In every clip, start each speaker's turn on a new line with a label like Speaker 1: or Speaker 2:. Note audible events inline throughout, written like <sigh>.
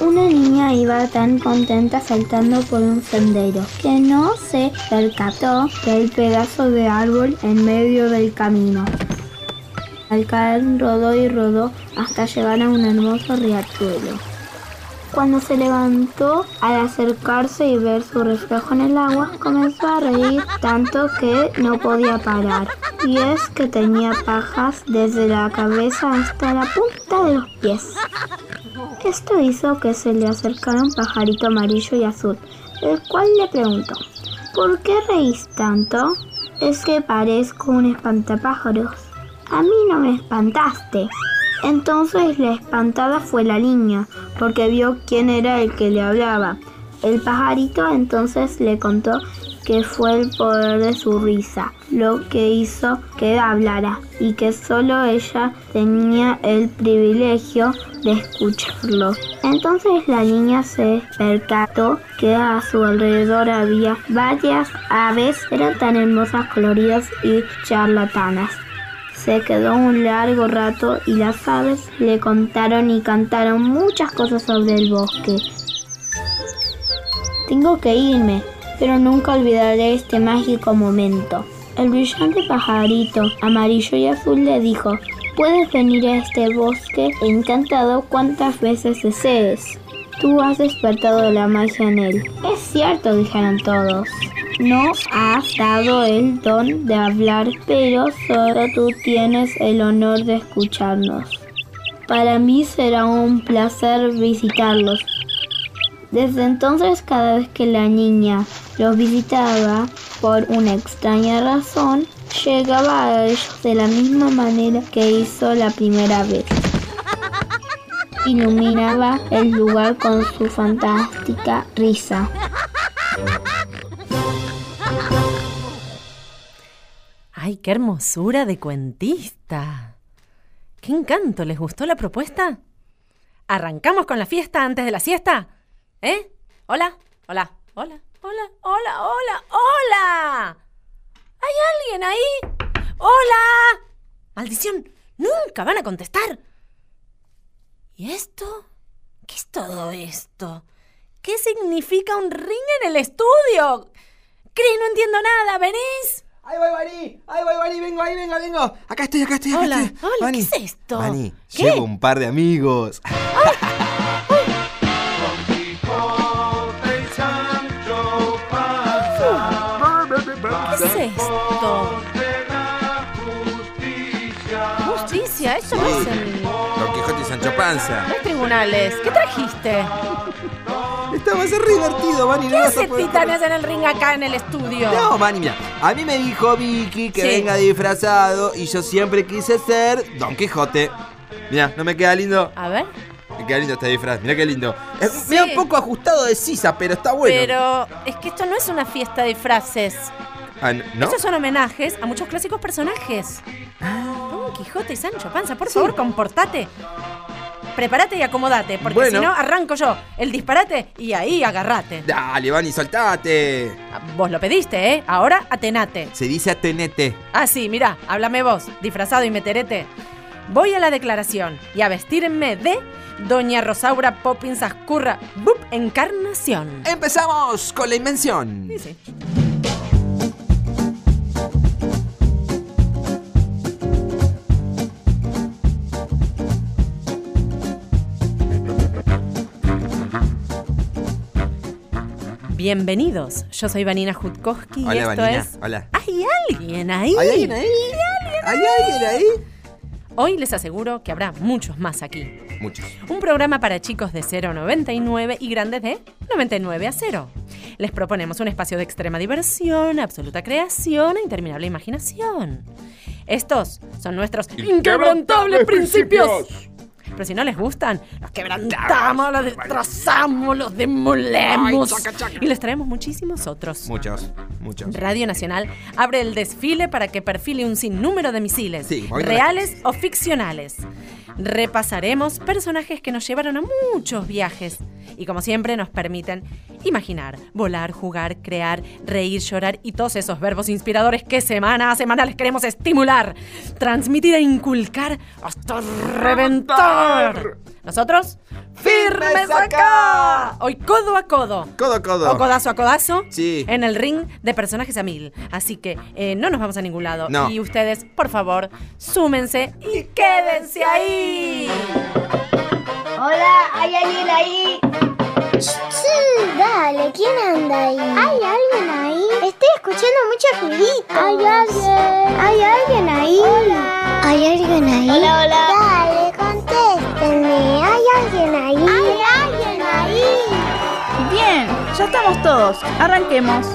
Speaker 1: Una niña iba tan contenta saltando por un sendero que no se percató del pedazo de árbol en medio del camino. Al caer rodó y rodó hasta llegar a un hermoso riachuelo. Cuando se levantó, al acercarse y ver su reflejo en el agua, comenzó a reír tanto que no podía parar. Y es que tenía pajas desde la cabeza hasta la punta de los pies. Esto hizo que se le acercara un pajarito amarillo y azul, el cual le preguntó, ¿por qué reís tanto? Es que parezco un espantapájaros. A mí no me espantaste. Entonces la espantada fue la niña, porque vio quién era el que le hablaba. El pajarito entonces le contó que fue el poder de su risa, lo que hizo que hablara y que solo ella tenía el privilegio de escucharlo. Entonces la niña se percató que a su alrededor había varias aves, eran tan hermosas, coloridas y charlatanas. Se quedó un largo rato y las aves le contaron y cantaron muchas cosas sobre el bosque. Tengo que irme, pero nunca olvidaré este mágico momento. El brillante pajarito amarillo y azul le dijo, puedes venir a este bosque encantado cuantas veces desees. Tú has despertado la magia en él. Es cierto, dijeron todos. Nos has dado el don de hablar, pero solo tú tienes el honor de escucharnos. Para mí será un placer visitarlos, desde entonces cada vez que la niña los visitaba por una extraña razón, llegaba a ellos de la misma manera que hizo la primera vez. Iluminaba el lugar con su fantástica risa.
Speaker 2: ¡Ay, qué hermosura de cuentista! ¡Qué encanto! ¿Les gustó la propuesta? ¿Arrancamos con la fiesta antes de la siesta? ¿Eh? Hola, hola, hola, hola, hola, hola, hola. ¿Hay alguien ahí? ¡Hola! ¡Maldición! ¡Nunca van a contestar! ¿Y esto? ¿Qué es todo esto? ¿Qué significa un ring en el estudio? Cris, no entiendo nada, ¿venís?
Speaker 3: ¡Ahí voy, Bani! ¡Ahí voy, Bani! ¡Vengo, ahí, vengo, vengo! ¡Acá estoy, acá estoy, acá
Speaker 2: Hola,
Speaker 3: estoy!
Speaker 2: hola, ¿qué
Speaker 3: Bani,
Speaker 2: es esto?
Speaker 3: Bani,
Speaker 2: Oh, ¿Qué?
Speaker 3: llevo un par de amigos.
Speaker 2: ¿Qué es esto? Justicia, eso no es el- no
Speaker 4: Don Quijote y Sancho Panza.
Speaker 2: es tribunales. ¿Qué trajiste?
Speaker 3: Esta va a ser re divertido, Bani.
Speaker 2: ¿Qué
Speaker 3: no vas a
Speaker 2: hace
Speaker 3: poder
Speaker 2: Titanes en el ring acá en el estudio?
Speaker 3: No, Manny, mira, a mí me dijo Vicky que
Speaker 2: Sí.
Speaker 3: venga disfrazado y yo siempre quise ser Don Quijote. Mira, no me queda lindo.
Speaker 2: A ver,
Speaker 3: Me queda lindo este disfraz, mira qué lindo. Eh, Mira
Speaker 2: Sí.
Speaker 3: un poco ajustado de sisa, pero está bueno.
Speaker 2: pero es que esto no es una fiesta de frases.
Speaker 3: Ah, ¿No?
Speaker 2: Estos son homenajes a muchos clásicos personajes.
Speaker 3: Ah.
Speaker 2: Don Quijote y Sancho Panza, por favor, comportate. Prepárate y acomodate, porque
Speaker 3: Bueno.
Speaker 2: si no, arranco yo el disparate y ahí agarrate.
Speaker 3: Dale, Bani, soltate.
Speaker 2: Ah, Vos lo pediste, ¿eh? Ahora atenate.
Speaker 3: Se dice atenete.
Speaker 2: Ah, sí, mirá, háblame vos, disfrazado y meterete. Voy a la declaración y a vestirme de Doña Rosaura Poppins Ascurra Bup Encarnación.
Speaker 3: Em. Empezamos con la invención.
Speaker 2: Sí, sí. Bienvenidos, yo soy Vanina Jutkowski y
Speaker 3: Hola,
Speaker 2: esto
Speaker 3: Vanina.
Speaker 2: es...
Speaker 3: Hola.
Speaker 2: ¿Hay alguien ahí?
Speaker 3: ¿Hay alguien ahí? ¿Hay alguien ahí?
Speaker 2: Hoy les aseguro que habrá muchos más aquí.
Speaker 3: Muchos.
Speaker 2: Un programa para chicos de 0 a 99 y grandes de 99 a 0. Les proponemos un espacio de extrema diversión, absoluta creación e interminable imaginación. Estos son nuestros inquebrantables principios. Pero si no les gustan, los quebrantamos, los destrozamos, los demolemos. Y les traemos muchísimos otros.
Speaker 3: Muchos. Muchos.
Speaker 2: Radio Nacional abre el desfile para que perfile un sinnúmero de misiles,
Speaker 3: Sí, moviendo las
Speaker 2: reales o ficcionales. Repasaremos personajes que nos llevaron a muchos viajes y como siempre nos permiten imaginar, volar, jugar, crear, reír, llorar y todos esos verbos inspiradores que semana a semana les queremos estimular, transmitir e inculcar hasta reventar. Nosotros, firmes
Speaker 3: ¡Firmes
Speaker 2: acá. Hoy codo a codo.
Speaker 3: Codo a codo.
Speaker 2: O codazo a codazo.
Speaker 3: Sí.
Speaker 2: En el ring de personajes a mil. Así que eh, no nos vamos a ningún lado.
Speaker 3: No.
Speaker 2: Y ustedes, por favor, súmense y quédense ahí.
Speaker 5: Hola, ¿hay alguien ahí?
Speaker 6: Sí, dale, ¿quién anda ahí?
Speaker 5: ¿Hay alguien ahí?
Speaker 6: Estoy escuchando muchos ruiditos.
Speaker 5: ¿Hay alguien?
Speaker 6: ¿Hay alguien ahí? ¿Hay alguien ahí?
Speaker 5: Hola, hola.
Speaker 6: Dale, contéstenme. ¿Hay alguien ahí? ¿Hay alguien ahí?
Speaker 7: Bien, ya estamos todos. Arranquemos.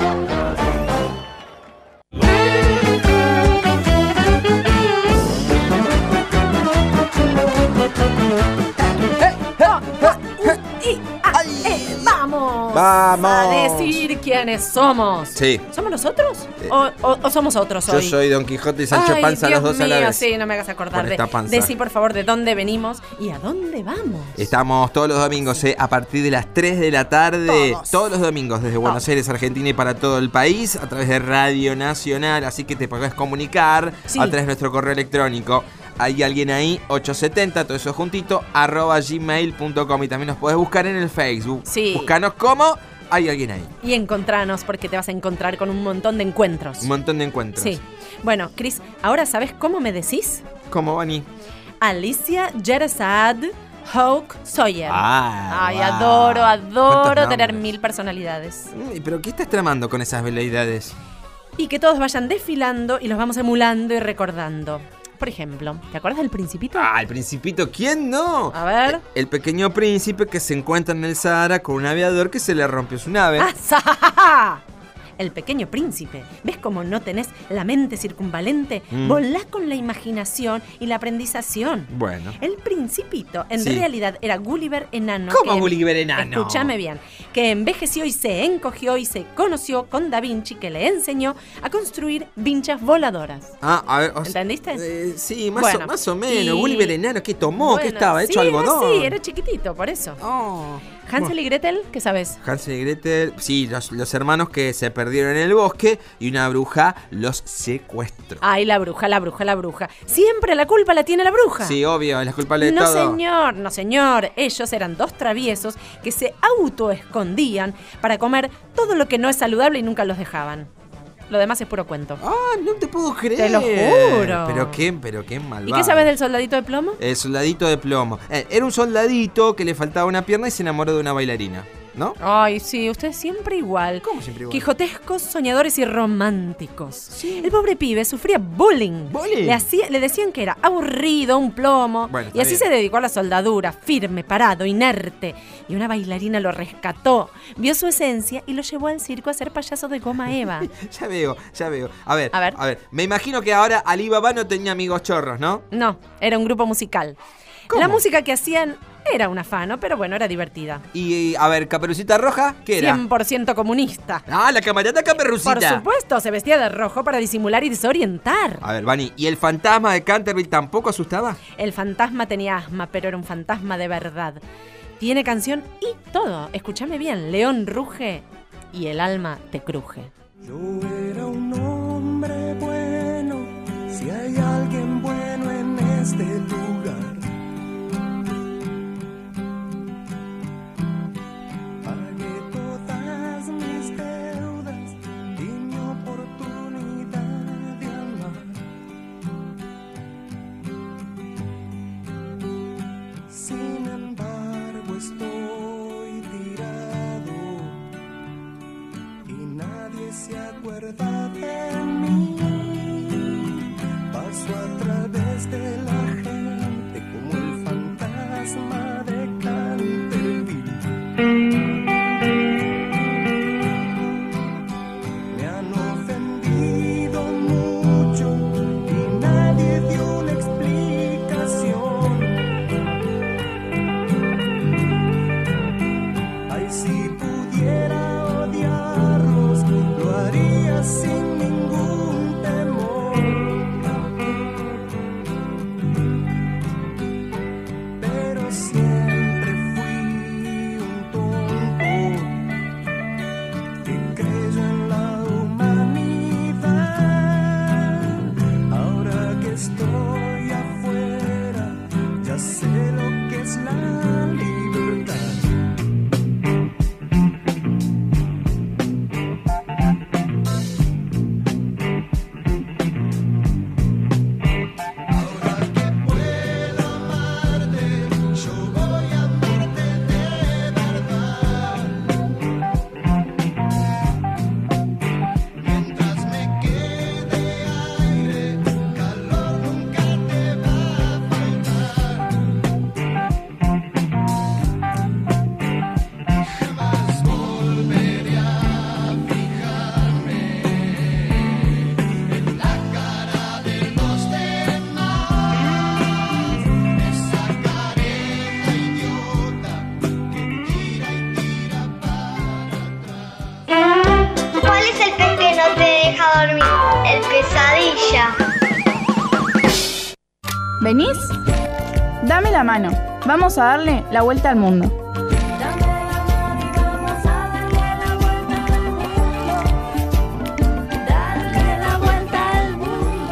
Speaker 2: Y, ah, eh, vamos.
Speaker 3: Vamos.
Speaker 2: A decir quiénes somos.
Speaker 3: Sí.
Speaker 2: ¿Somos nosotros? ¿O, o- o somos otros
Speaker 3: Yo
Speaker 2: hoy?
Speaker 3: soy Don Quijote y Sancho
Speaker 2: Ay,
Speaker 3: Panza
Speaker 2: Dios
Speaker 3: los dos a
Speaker 2: mío,
Speaker 3: la vez.
Speaker 2: Sí, no me hagas acordar
Speaker 3: Con
Speaker 2: de.
Speaker 3: esta panza.
Speaker 2: Decí, por favor, de dónde venimos y a dónde vamos.
Speaker 3: Estamos todos los domingos, ¿eh? a partir de las 3 de la tarde, todos, los domingos, desde Buenos Aires, Argentina y para todo el país, a través de Radio Nacional, así que te podés comunicar
Speaker 2: Sí.
Speaker 3: a través de nuestro correo electrónico. Hay alguien ahí, 870, todo eso juntito, arroba gmail.com y también nos podés buscar en el Facebook.
Speaker 2: Sí.
Speaker 3: Buscanos como Hay alguien ahí.
Speaker 2: Y encontranos, porque te vas a encontrar con un montón de encuentros.
Speaker 3: Un montón de encuentros.
Speaker 2: Sí. Bueno, Cris, ahora sabes cómo me decís?
Speaker 3: Como Bani.
Speaker 2: Alicia Jeresad Hawk Sawyer.
Speaker 3: Ah,
Speaker 2: Ay,
Speaker 3: wow.
Speaker 2: adoro, adoro
Speaker 3: ¿Cuántos
Speaker 2: tener
Speaker 3: nombres?
Speaker 2: mil personalidades.
Speaker 3: Mm, ¿Pero qué estás tramando con esas veleidades?
Speaker 2: Y que todos vayan desfilando y los vamos emulando y recordando. Por ejemplo, ¿te acuerdas del principito?
Speaker 3: Ah, el principito, ¿quién no?
Speaker 2: A ver.
Speaker 3: El pequeño príncipe que se encuentra en el Sahara con un aviador que se le rompió su nave.
Speaker 2: Ah, ¡Azajaja! El pequeño príncipe. ¿Ves cómo no tenés la mente circunvalente?
Speaker 3: Mm.
Speaker 2: Volá con la imaginación y la aprendización.
Speaker 3: Bueno.
Speaker 2: El principito, en
Speaker 3: Sí.
Speaker 2: realidad, era Gulliver enano.
Speaker 3: ¿Cómo
Speaker 2: que-
Speaker 3: Gulliver enano?
Speaker 2: Escúchame bien. Que envejeció y se encogió y se conoció con Da Vinci, que le enseñó a construir vinchas voladoras.
Speaker 3: Ah, a ver. o sea,
Speaker 2: ¿Entendiste?
Speaker 3: eh, sí, más,
Speaker 2: Bueno,
Speaker 3: o, más o menos.
Speaker 2: y-
Speaker 3: Gulliver enano, ¿qué tomó? ¿Qué
Speaker 2: Bueno,
Speaker 3: estaba? ¿Hecho
Speaker 2: sí, era
Speaker 3: algodón?
Speaker 2: así, era chiquitito, por eso.
Speaker 3: Oh.
Speaker 2: Hansel y Gretel, ¿qué sabes?
Speaker 3: Hansel y Gretel, sí, los, los hermanos que se perdieron en el bosque y una bruja los secuestró.
Speaker 2: Ay, la bruja, la bruja, la bruja. Siempre la culpa la tiene la bruja.
Speaker 3: Sí, obvio, es la culpable de
Speaker 2: no,
Speaker 3: todo.
Speaker 2: señor, no, señor. Ellos eran dos traviesos que se autoescondían para comer todo lo que no es saludable y nunca los dejaban. Lo demás es puro cuento.
Speaker 3: Ah, no te puedo creer.
Speaker 2: Te lo juro.
Speaker 3: Pero qué, pero qué malvado.
Speaker 2: ¿Y qué sabes del soldadito de plomo?
Speaker 3: El Eh, soldadito de plomo. Eh, era un soldadito que le faltaba una pierna y se enamoró de una bailarina, <laughs> ¿no?
Speaker 2: Ay, sí, usted siempre igual.
Speaker 3: ¿Cómo siempre igual?
Speaker 2: Quijotescos, soñadores y románticos. El pobre pibe sufría bullying.
Speaker 3: ¿Bullying?
Speaker 2: Le, hacía- le decían que era aburrido, un plomo.
Speaker 3: Bueno, está
Speaker 2: y así
Speaker 3: bien.
Speaker 2: se dedicó a la soldadura, firme, parado, inerte. Y una bailarina lo rescató, vio su esencia y lo llevó al circo a ser payaso de
Speaker 3: <laughs>
Speaker 2: goma Eva.
Speaker 3: Ya veo, ya veo. A ver,
Speaker 2: A ver.
Speaker 3: Me imagino que ahora Alibaba no tenía amigos chorros, ¿no?
Speaker 2: No, era un grupo musical.
Speaker 3: ¿Cómo?
Speaker 2: La música que hacían era un afano, pero bueno, era divertida.
Speaker 3: Y, a ver, Caperucita Roja, ¿qué era?
Speaker 2: 100% comunista.
Speaker 3: Ah, la camarada Caperucita.
Speaker 2: Por supuesto, se vestía de rojo para disimular y desorientar.
Speaker 3: A ver, Vani, ¿y el fantasma de Canterville tampoco asustaba?
Speaker 2: El fantasma tenía asma, pero era un fantasma de verdad. Tiene canción y todo. Escúchame bien, León ruge y el alma te cruje.
Speaker 8: Yo era un hombre bueno, si hay alguien bueno en este lugar. Pagué todas mis deudas y mi oportunidad de amar. Sin embargo, estoy tirado y nadie se acuerda de mí. Paso a través de la gente como el fantasma de Canterville. Me han ofendido mucho y nadie dio una explicación. Ay, si pudiera odiarlos, lo haría sin
Speaker 7: ¿Venís? Dame la mano. Vamos a darle la vuelta al mundo.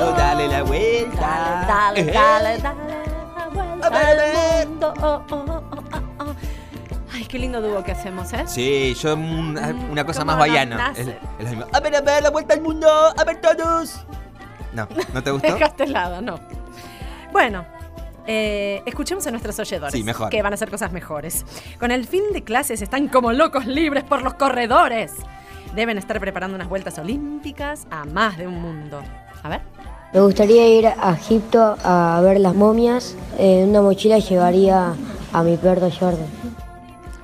Speaker 3: Oh, dale la vuelta.
Speaker 2: Dale,
Speaker 3: Eh.
Speaker 2: dale, dale la vuelta al mundo. Oh, oh, oh, oh, oh. Ay, qué lindo dúo que hacemos, ¿eh?
Speaker 3: Sí, yo un- una cosa
Speaker 2: ¿Cómo
Speaker 3: más baiana.
Speaker 2: andás?
Speaker 3: Es, es lo mismo. A ver, a ver, la vuelta al mundo. A ver todos. No, ¿no te
Speaker 2: <laughs>
Speaker 3: gustó?
Speaker 2: Dejaste el lado, no. Bueno, eh, escuchemos a nuestros oyedores.
Speaker 3: Sí, mejor.
Speaker 2: Que van a hacer cosas mejores. Con el fin de clases están como locos libres por los corredores. Deben estar preparando unas vueltas olímpicas a más de un mundo. A ver.
Speaker 1: Me gustaría ir a Egipto a ver las momias. En una mochila llevaría a mi perro Jordan.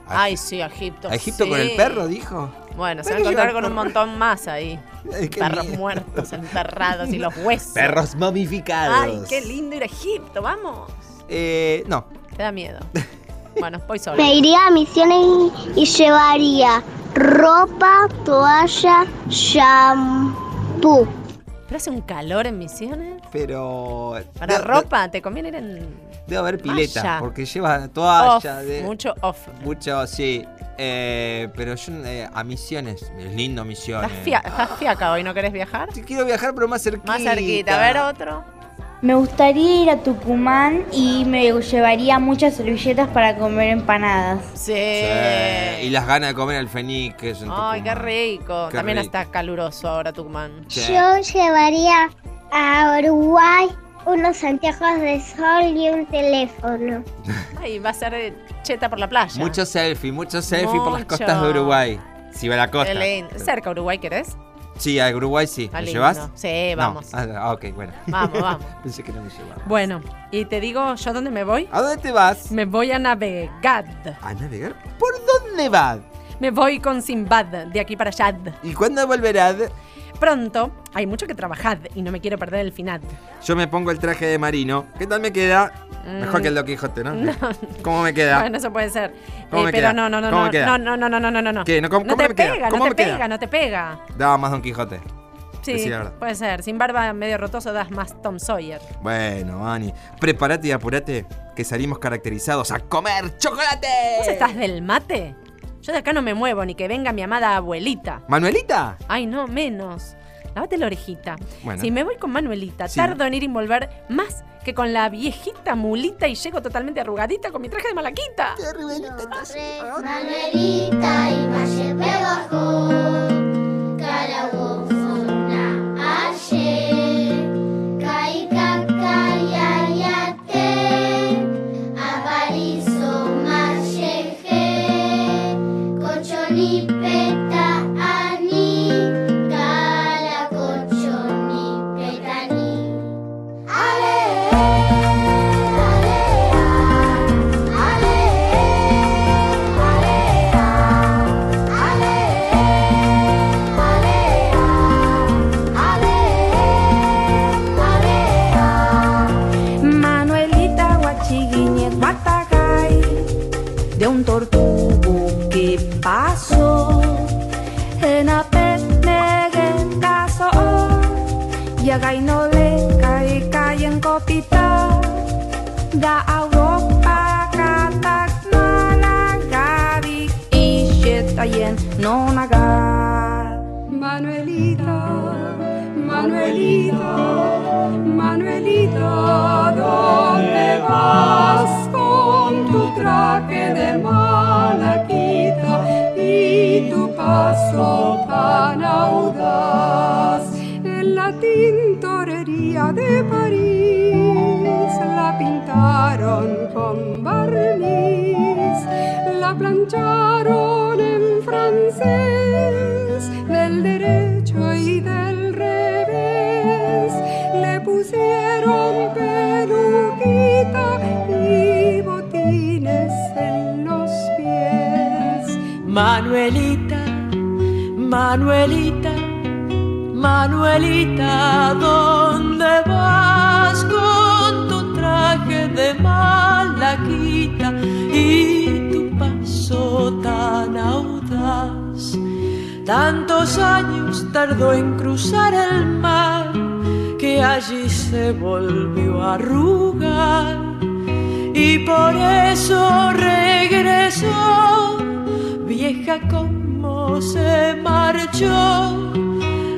Speaker 9: Ay, sí, a Egipto.
Speaker 3: ¿A Egipto
Speaker 9: sí.
Speaker 3: con el perro, dijo?
Speaker 9: Bueno, se
Speaker 3: ¿Por
Speaker 9: va a
Speaker 3: qué
Speaker 9: encontrar
Speaker 3: lleva
Speaker 9: con un
Speaker 3: perro?
Speaker 9: montón más ahí.
Speaker 3: Ay, qué
Speaker 9: Perros
Speaker 3: miedo.
Speaker 9: muertos,
Speaker 3: <laughs>
Speaker 9: enterrados y los huesos.
Speaker 3: Perros momificados.
Speaker 9: Ay, qué lindo ir a Egipto, vamos.
Speaker 3: Eh, no.
Speaker 9: Te
Speaker 3: <laughs>
Speaker 9: da miedo. Bueno, voy sola.
Speaker 10: Me iría a misiones y, y llevaría ropa, toalla, shampoo.
Speaker 9: Pero hace un calor en Misiones.
Speaker 3: Pero.
Speaker 9: Para
Speaker 3: de-
Speaker 9: ropa, te conviene ir en...
Speaker 3: de- Debe haber pileta,
Speaker 9: Malla.
Speaker 3: porque lleva toalla.
Speaker 9: off,
Speaker 3: de-
Speaker 9: Mucho off.
Speaker 3: Mucho, sí. Eh, pero yo eh, a misiones. Es lindo misiones.
Speaker 9: ¿Estás, fia- estás fiaca hoy? ¿No querés viajar?
Speaker 3: Sí, Quiero viajar, pero más cerquita.
Speaker 9: Más cerquita. A ver otro.
Speaker 11: Me gustaría ir a Tucumán y me llevaría muchas servilletas para comer empanadas.
Speaker 9: Sí.
Speaker 3: Sí, Y las ganas de comer al fenique. en
Speaker 9: Eh. Ay, qué
Speaker 3: Tucumán.
Speaker 9: rico.
Speaker 3: Qué
Speaker 9: También
Speaker 3: rico.
Speaker 9: está caluroso ahora Tucumán.
Speaker 3: Sí.
Speaker 10: Yo llevaría a Uruguay unos anteojos de sol y un teléfono.
Speaker 9: Ay, va a ser eh, cheta por la playa.
Speaker 3: Mucho selfie, mucho selfie por las
Speaker 9: Mucho.
Speaker 3: costas de Uruguay. Si va a la costa.
Speaker 9: Qué lindo. Cerca Uruguay, ¿querés?
Speaker 3: Sí, a Uruguay sí.
Speaker 9: Está
Speaker 3: ¿Me
Speaker 9: lindo.
Speaker 3: llevas?
Speaker 9: Sí, vamos.
Speaker 3: No. Ah, ok, bueno. <laughs>
Speaker 9: Vamos, vamos.
Speaker 3: Pensé que no me llevaba.
Speaker 2: Bueno, y te digo yo dónde me voy.
Speaker 3: ¿A dónde te vas?
Speaker 2: Me voy a navegar.
Speaker 3: ¿A navegar? ¿Por dónde vas?
Speaker 2: Me voy con Simbad de aquí para allá.
Speaker 3: ¿Y cuándo volverás?
Speaker 2: Pronto hay mucho que trabajar y no me quiero perder el final.
Speaker 3: Yo me pongo el traje de marino. ¿Qué tal me queda?
Speaker 2: Mm.
Speaker 9: Mm.
Speaker 3: Mejor que el Don Quijote,
Speaker 9: <laughs>
Speaker 3: ¿no? ¿Cómo me queda?
Speaker 2: Bueno, eso puede ser.
Speaker 3: ¿Cómo
Speaker 2: Eh,
Speaker 3: me
Speaker 2: pero
Speaker 3: queda?
Speaker 2: no, no, no,
Speaker 3: ¿Cómo
Speaker 2: no,
Speaker 3: me queda?
Speaker 2: no, no, no, no, no, no, no.
Speaker 3: ¿Qué? No, ¿cómo-
Speaker 2: no
Speaker 3: cómo
Speaker 2: te
Speaker 3: me queda?
Speaker 2: pega,
Speaker 3: ¿Cómo
Speaker 2: no
Speaker 3: me
Speaker 2: te
Speaker 3: queda?
Speaker 2: pega, no te pega.
Speaker 3: Daba más Don Quijote. Decí
Speaker 2: Sí,
Speaker 3: la verdad.
Speaker 2: puede ser. Sin barba medio rotoso das más Tom Sawyer.
Speaker 3: Bueno, Ani, prepárate y apurate que salimos caracterizados a comer
Speaker 2: ¿Vos
Speaker 3: chocolate.
Speaker 2: estás del mate? Yo de acá no me muevo, ni que venga mi amada abuelita.
Speaker 3: ¿Manuelita?
Speaker 2: Ay, no, menos. Lávate la orejita.
Speaker 3: Bueno.
Speaker 2: Si me voy con Manuelita,
Speaker 3: Sí.
Speaker 2: tardo en ir y volver más que con la viejita mulita y llego totalmente arrugadita con mi traje de malaquita.
Speaker 10: Manuelita y Valle me bajó, calabozona ayer, caicaca y ayate, aparizo macheje, cochonipeta ani, cala cochonipeta ni. Ale, ale, ale, ale.
Speaker 11: Manuelita Guachiguiñez Batagay, de un tortugo que pasó en en caso y a no le cae cae en copita da Europa catak managabi y shetayen no nagar Manuelita Manuelita Manuelita, ¿dónde vas con tu traje de malaquita y tu paso tan audaz? En la tintorería de París la pintaron con barniz, la plancharon en francés, del derecho y del revés, le pusieron peluquita y botines en los pies.
Speaker 12: Manuelita, Manuelita, Manuelita, ¿dónde vas con tu traje de malaquita y tu paso tan audaz? Tantos años tardó en cruzar el mar que y allí se volvió a arrugar y por eso regresó vieja como se marchó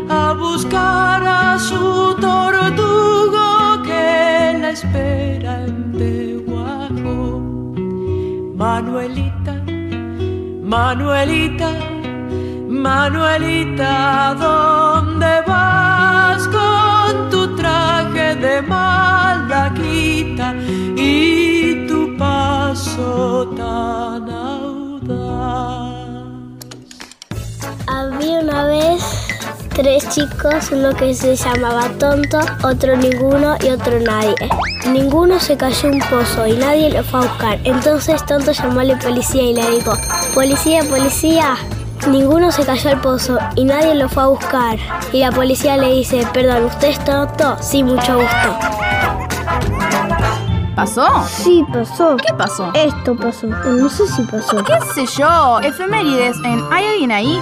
Speaker 12: a buscar a su tortugo que la espera en Tehuajó. Manuelita, Manuelita, Manuelita, ¿a ¿dónde vas con tu traje de malaquita y tu paso tan audaz?
Speaker 1: Había una vez tres chicos, uno que se llamaba Tonto, otro Ninguno y otro Nadie. Ninguno se cayó en un pozo y nadie lo fue a buscar. Entonces Tonto llamó al policía y le dijo, policía, policía. Ninguno se cayó al pozo y nadie lo fue a buscar. Y la policía le dice, perdón, ¿usted es tonto? Sí, mucho gusto.
Speaker 7: ¿Pasó?
Speaker 1: Sí, pasó.
Speaker 7: ¿Qué pasó?
Speaker 1: Esto pasó. No sé si pasó.
Speaker 7: ¿Qué sé yo? Efemérides en ¿Hay alguien ahí?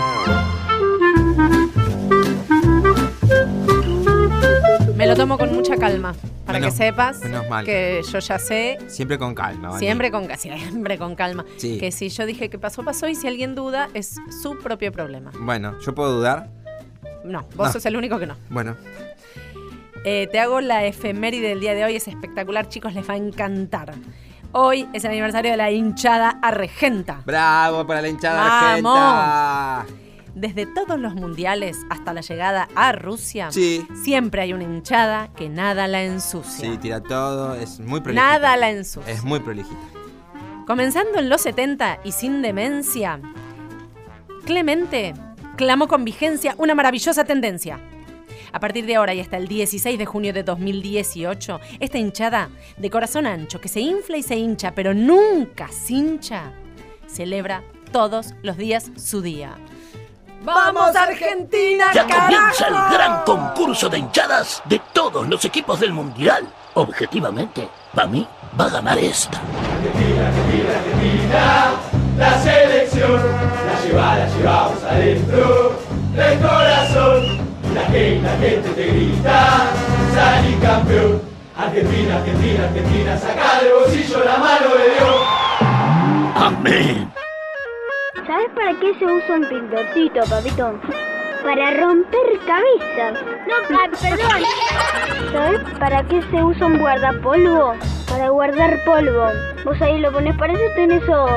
Speaker 2: Me lo tomo con mucha calma. Para
Speaker 3: Menos-
Speaker 2: que sepas
Speaker 3: menos mal.
Speaker 2: que yo ya sé,
Speaker 3: Siempre con calma, Vani.
Speaker 2: siempre con, ca- siempre con calma,
Speaker 3: Sí.
Speaker 2: que si yo dije que pasó, pasó y si alguien duda, es su propio problema.
Speaker 3: Bueno, ¿yo puedo dudar?
Speaker 2: No, vos
Speaker 3: No.
Speaker 2: sos el único que no.
Speaker 3: Bueno,
Speaker 2: Eh, te hago la efeméride del día de hoy, es espectacular, chicos, les va a encantar. Hoy es el aniversario de la hinchada argenta.
Speaker 3: bravo para la hinchada
Speaker 2: ¡Vamos!
Speaker 3: argenta.
Speaker 2: Desde todos los mundiales hasta la llegada a Rusia,
Speaker 3: Sí.
Speaker 2: siempre hay una hinchada que nada la ensucia.
Speaker 3: Sí, tira todo, es muy prolijita.
Speaker 2: nada la ensucia.
Speaker 3: Es muy prolijita.
Speaker 2: Comenzando en los 70 y sin demencia, Clemente clamó con vigencia una maravillosa tendencia. A partir de ahora y hasta el 16 de junio de 2018, esta hinchada de corazón ancho que se infla y se hincha, pero nunca se hincha, celebra todos los días su día. ¡Vamos Argentina,
Speaker 13: Ya comienza
Speaker 2: carajo!
Speaker 13: el gran concurso de hinchadas de todos los equipos del Mundial. Objetivamente, para mí, va a ganar esta.
Speaker 14: La selección la lleva, la llevamos adentro del corazón. La gente, la gente te grita, salí campeón. Argentina, Argentina, Argentina, saca del bolsillo la mano de Dios.
Speaker 13: Amén.
Speaker 15: ¿Sabes para qué se usa un pintotito, papito? Para romper cabezas. No, pa- perdón. ¿Sabes para qué se usa un guardapolvo? Para guardar polvo. Vos ahí lo pones, para eso tenés esos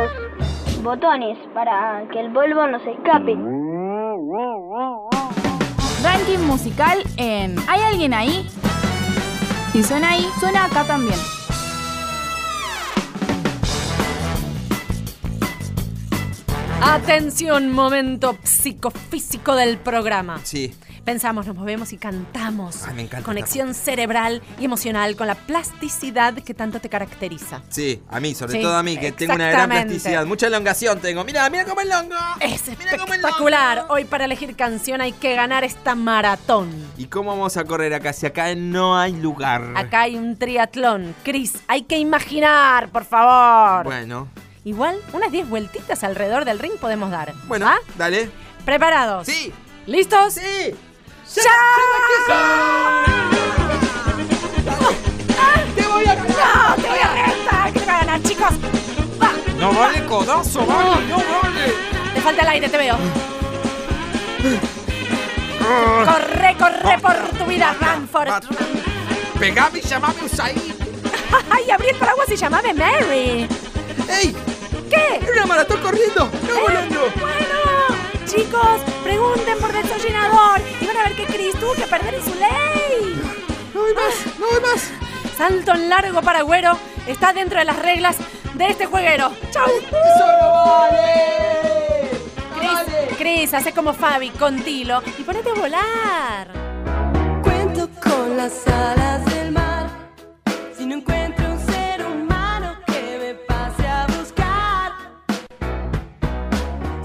Speaker 15: botones, para que el polvo no se escape.
Speaker 7: Ranking musical en ¿Hay alguien ahí? Si suena ahí, suena acá también.
Speaker 2: Atención, momento psicofísico del programa.
Speaker 3: Sí.
Speaker 2: Pensamos, nos movemos y cantamos.
Speaker 3: Ay, me encanta
Speaker 2: Conexión cerebral y emocional con la plasticidad que tanto te caracteriza.
Speaker 3: Sí, a mí, sobre
Speaker 2: Sí,
Speaker 3: todo a mí, que tengo una gran
Speaker 2: exactamente.
Speaker 3: plasticidad. Mucha elongación tengo. Mira, mira cómo el longo.
Speaker 2: Es espectacular. Hoy para elegir canción hay que ganar esta maratón.
Speaker 3: ¿Y cómo vamos a correr acá? Si acá no hay lugar.
Speaker 2: Acá hay un triatlón. Cris, hay que imaginar, por favor.
Speaker 3: Bueno,
Speaker 2: Igual, unas 10 vueltitas alrededor del ring podemos dar. ¿Ah?
Speaker 3: bueno, dale.
Speaker 2: ¿Preparados?
Speaker 3: Sí.
Speaker 2: ¿Listos?
Speaker 3: Sí.
Speaker 2: ¡Ya!
Speaker 14: ¡Te voy a
Speaker 2: ganar! ¡No! ¡Te voy a reventar! ¡Que te voy a ganar, chicos!
Speaker 3: No vale codazo, vale, no vale.
Speaker 2: Te falta el aire, te veo.
Speaker 3: Ah.
Speaker 2: Corre, corre por tu vida, Ranford.
Speaker 3: Pegame y llamame Usain.
Speaker 2: ¡Ay, abrí el paraguas y llamame Mary!
Speaker 3: ¡Ey!
Speaker 2: ¿Qué? Eh,
Speaker 3: ¡Una maratón corriendo! ¡No volando!
Speaker 2: Bueno, chicos, pregunten por desollinador y van a ver que Chris tuvo que perder en su ley.
Speaker 3: No hay más, no hay más.
Speaker 2: Salto en largo paragüero está dentro de las reglas de este jueguero. ¡Chau! Chris, Chris, hace como Fabi, con tilo y ponete a volar.
Speaker 12: Cuento con las alas del mar. Si no encuentro un ser humano que me pase a buscar,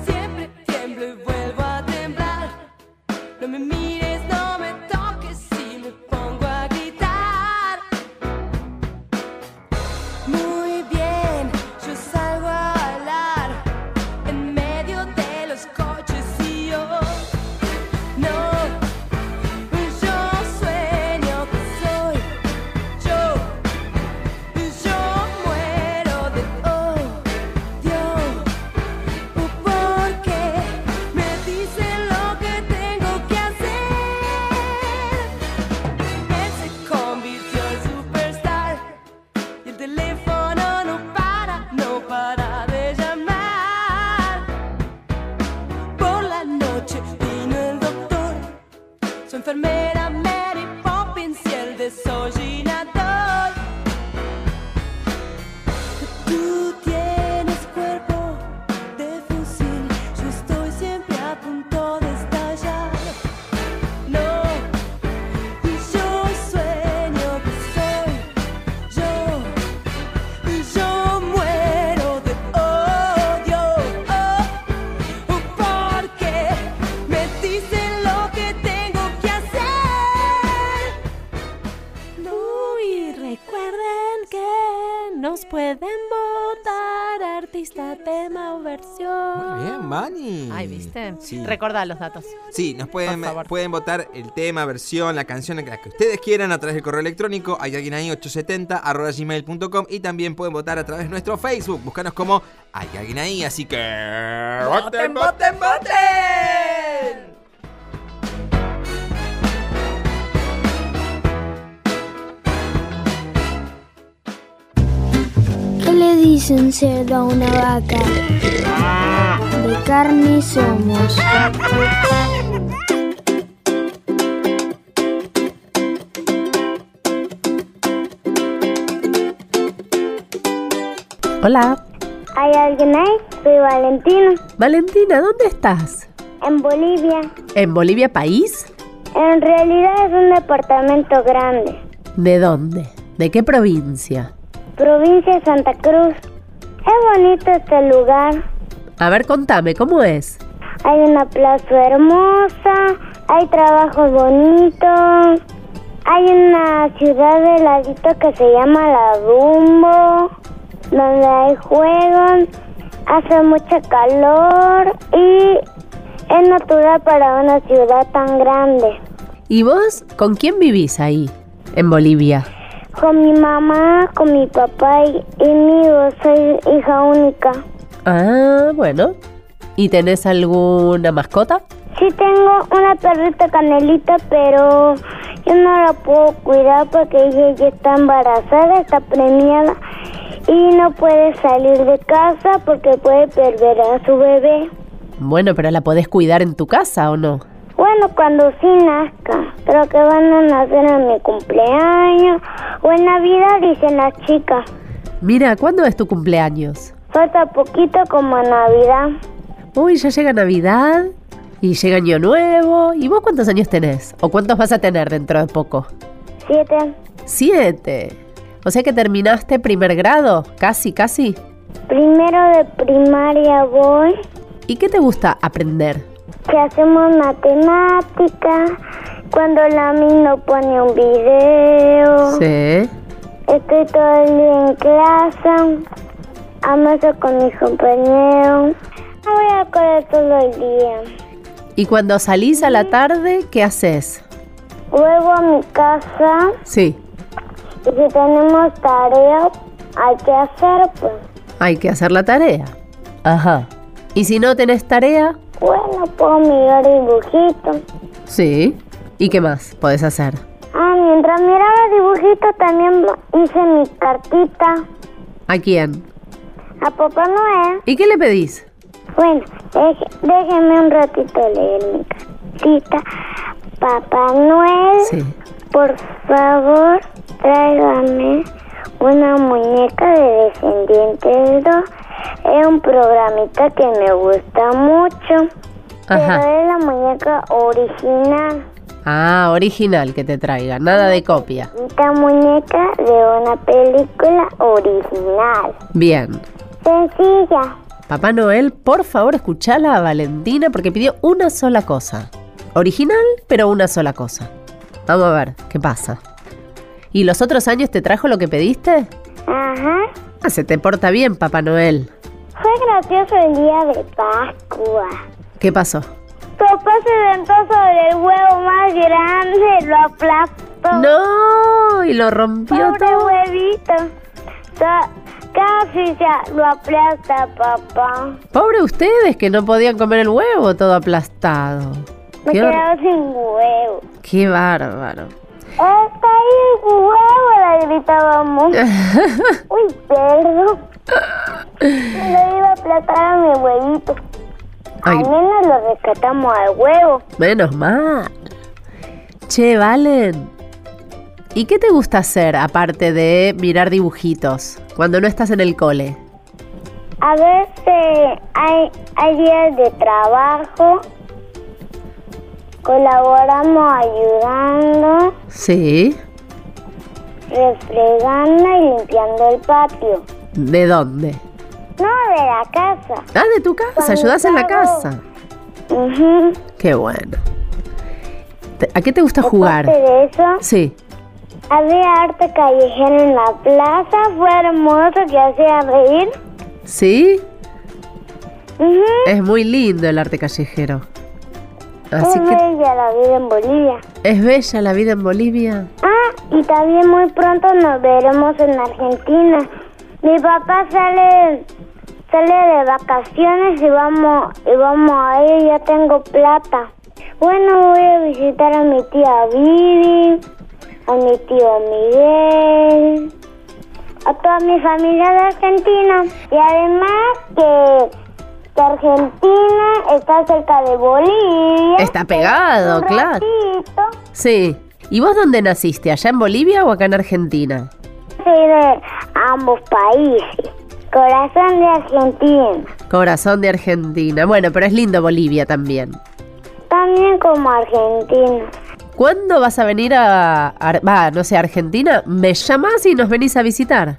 Speaker 12: siempre tiemblo y vuelvo a temblar. No me mires, no me toques si me pongo a gritar. Muy bien, yo salgo a bailar en medio de los coches y yo no. Yo sueño que
Speaker 10: enfermera Mary Poppins y el desollinador. Tú tienes cuerpo de fusil, yo estoy siempre a punto de estallar. No, y yo sueño que soy yo. Y yo muero de odio oh, porque me dicen lo que tengo que hacer.
Speaker 2: Uy, recuerden que nos pueden votar artista, tema o versión.
Speaker 3: Bien, Vani.
Speaker 2: Ay, ¿viste?
Speaker 3: Sí.
Speaker 2: Recordá los datos.
Speaker 3: Sí, nos pueden, pueden votar el tema, versión, la canción, la que ustedes quieran a través del correo electrónico. Hay alguien ahí, 870 arroba gmail.com. Y también pueden votar a través de nuestro Facebook. Búscanos como Hay alguien ahí. Así que. ¡Voten, voten, voten!
Speaker 1: ¿Qué le dicen cerdo a una vaca? De carne somos.
Speaker 9: Hola.
Speaker 15: ¿Hay alguien ahí? Soy Valentina,
Speaker 9: Valentina, ¿dónde estás?
Speaker 15: en Bolivia.
Speaker 9: ¿En Bolivia país?
Speaker 15: En realidad es un departamento grande.
Speaker 9: ¿De dónde? ¿De qué provincia?
Speaker 15: Provincia de Santa Cruz. Es bonito este lugar.
Speaker 9: A ver, contame, ¿cómo es?
Speaker 15: Hay una plaza hermosa, hay trabajos bonitos, hay una ciudad de heladito que se llama La Dumbo, donde hay juegos, hace mucho calor y es natural para una ciudad tan grande.
Speaker 9: ¿Y vos con quién vivís ahí, en Bolivia?
Speaker 15: Con mi mamá, con mi papá y, y mío, soy hija única.
Speaker 9: Ah, bueno. ¿Y tenés alguna mascota?
Speaker 15: Sí tengo una perrita canelita, pero yo no la puedo cuidar porque ella ya está embarazada, está premiada y no puede salir de casa porque puede perder a su bebé.
Speaker 9: Bueno, pero la podés cuidar en tu casa o no?
Speaker 15: Bueno, cuando sí nazca, pero que van a nacer en mi cumpleaños o en Navidad, dicen las chicas.
Speaker 9: Mira, ¿cuándo es tu cumpleaños?
Speaker 15: Falta poquito como a Navidad.
Speaker 9: Uy, ya llega Navidad y llega Año Nuevo. ¿Y vos cuántos años tenés? ¿O cuántos vas a tener dentro de poco?
Speaker 15: Siete,
Speaker 9: Siete. O sea que terminaste primer grado, casi, casi.
Speaker 15: primero de primaria voy.
Speaker 9: ¿Y qué te gusta aprender?
Speaker 15: que hacemos matemáticas, cuando la no pone un video,
Speaker 9: Sí.
Speaker 15: estoy todo el día en clase, amaso con mis compañeros, no voy a correr todo el día.
Speaker 9: ¿Y cuando salís a la tarde, qué haces?
Speaker 15: Vuelvo a mi casa
Speaker 9: Sí.
Speaker 15: y si tenemos tareas, hay que hacer, pues,
Speaker 9: Hay que hacer la tarea. Ajá. ¿Y si no tenés tarea?
Speaker 15: bueno, puedo mirar dibujitos.
Speaker 9: Sí. ¿Y qué más podés hacer?
Speaker 15: Ah, mientras miraba dibujitos también hice mi cartita
Speaker 9: ¿A quién?
Speaker 15: a Papá Noel.
Speaker 9: ¿Y qué le pedís?
Speaker 15: Bueno, deje- déjeme un ratito leer mi cartita. Papá Noel, por favor, tráigame una muñeca de Descendientes 2. Es un programita que me gusta mucho.
Speaker 9: Ajá.
Speaker 15: Pero es la muñeca original.
Speaker 9: Ah, original que te traiga, nada de copia.
Speaker 15: Esta muñeca de una película original.
Speaker 9: Bien.
Speaker 15: Sencilla.
Speaker 9: Papá Noel, por favor, escuchala a Valentina porque pidió una sola cosa. Original, pero una sola cosa. Vamos a ver qué pasa. ¿Y los otros años te trajo lo que pediste?
Speaker 15: Ajá.
Speaker 9: Ah, se te porta bien, Papá Noel.
Speaker 15: Fue gracioso el día de Pascua.
Speaker 9: ¿Qué pasó?
Speaker 15: Papá se sentó sobre el huevo más grande, lo aplastó.
Speaker 9: ¡No! Y lo rompió
Speaker 15: todo. huevito. Sa- Casi ya lo aplasta, papá.
Speaker 9: Pobre ustedes que no podían comer el huevo todo aplastado.
Speaker 15: Me
Speaker 9: Qué, hor-
Speaker 15: quedaba sin huevo.
Speaker 9: qué bárbaro.
Speaker 15: ¡Está ahí el huevo! Le gritábamos.
Speaker 9: <laughs>
Speaker 15: Uy, perdón. Lo iba a aplastar a mi huevito. Al
Speaker 9: Ay.
Speaker 15: menos lo rescatamos al huevo.
Speaker 9: Menos mal.
Speaker 2: Che, Valen, ¿y qué te gusta hacer aparte de mirar dibujitos cuando no estás en el cole?
Speaker 15: A veces hay, hay días de trabajo, colaboramos ayudando,
Speaker 2: Sí.
Speaker 15: refregando y limpiando el patio.
Speaker 2: ¿De dónde?
Speaker 15: No, de la casa.
Speaker 2: Ah, de tu casa, ayudas en la casa.
Speaker 15: Ujú.
Speaker 2: Qué bueno. Te- ¿A qué te gusta
Speaker 15: Aparte
Speaker 2: jugar?
Speaker 15: de eso,
Speaker 2: Sí.
Speaker 15: había arte callejero en la plaza, fue hermoso que hacía reír.
Speaker 2: ¿Sí?
Speaker 15: Ujú.
Speaker 2: Es muy lindo el arte callejero. Así
Speaker 15: Es
Speaker 2: que
Speaker 15: bella la vida en Bolivia.
Speaker 2: es bella la vida en Bolivia.
Speaker 15: Ah, y también muy pronto nos veremos en Argentina. Mi papá sale sale de vacaciones y vamos y vamos a ir, ya tengo plata. Bueno, voy a visitar a mi tía Vivi, a mi tío Miguel, a toda mi familia de Argentina. Y además que, que Argentina está cerca de Bolivia.
Speaker 2: Está pegado,
Speaker 15: Un
Speaker 2: claro.
Speaker 15: ratito.
Speaker 2: Sí. ¿Y vos dónde naciste? ¿Allá en Bolivia o acá en Argentina?
Speaker 15: Soy de ambos países. Corazón de Argentina.
Speaker 2: Corazón de Argentina. Bueno, pero es lindo Bolivia también.
Speaker 15: También como Argentina.
Speaker 2: ¿Cuándo vas a venir a, Ar- va, no sé, a Argentina? ¿Me llamás y nos venís a visitar?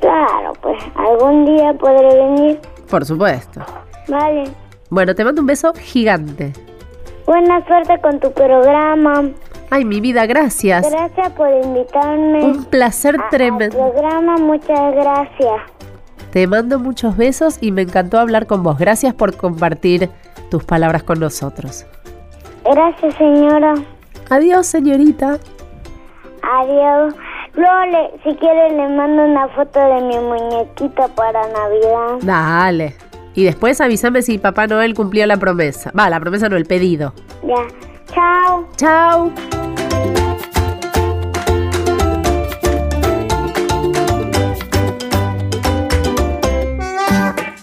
Speaker 15: Claro, pues algún día podré venir.
Speaker 2: Por supuesto.
Speaker 15: Vale.
Speaker 2: Bueno, te mando un beso gigante.
Speaker 15: Buena suerte con tu programa.
Speaker 2: Ay, mi vida, gracias.
Speaker 15: Gracias por invitarme.
Speaker 2: Un placer
Speaker 15: a- al
Speaker 2: tremendo.
Speaker 15: programa, muchas gracias.
Speaker 2: Te mando muchos besos y me encantó hablar con vos. Gracias por compartir tus palabras con nosotros.
Speaker 15: Gracias, señora.
Speaker 2: Adiós, señorita.
Speaker 15: Adiós. Luego, le- si quiere, le mando una foto de mi muñequita para Navidad.
Speaker 2: Dale. Y después avísame si Papá Noel cumplió la promesa. Va, la promesa no, el pedido.
Speaker 15: Ya. Chao.
Speaker 2: Chao.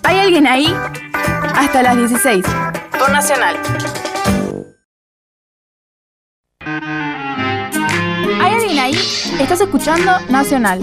Speaker 7: ¿Hay alguien ahí? Hasta las 16. Por Nacional. ¿Hay alguien ahí? Estás escuchando Nacional.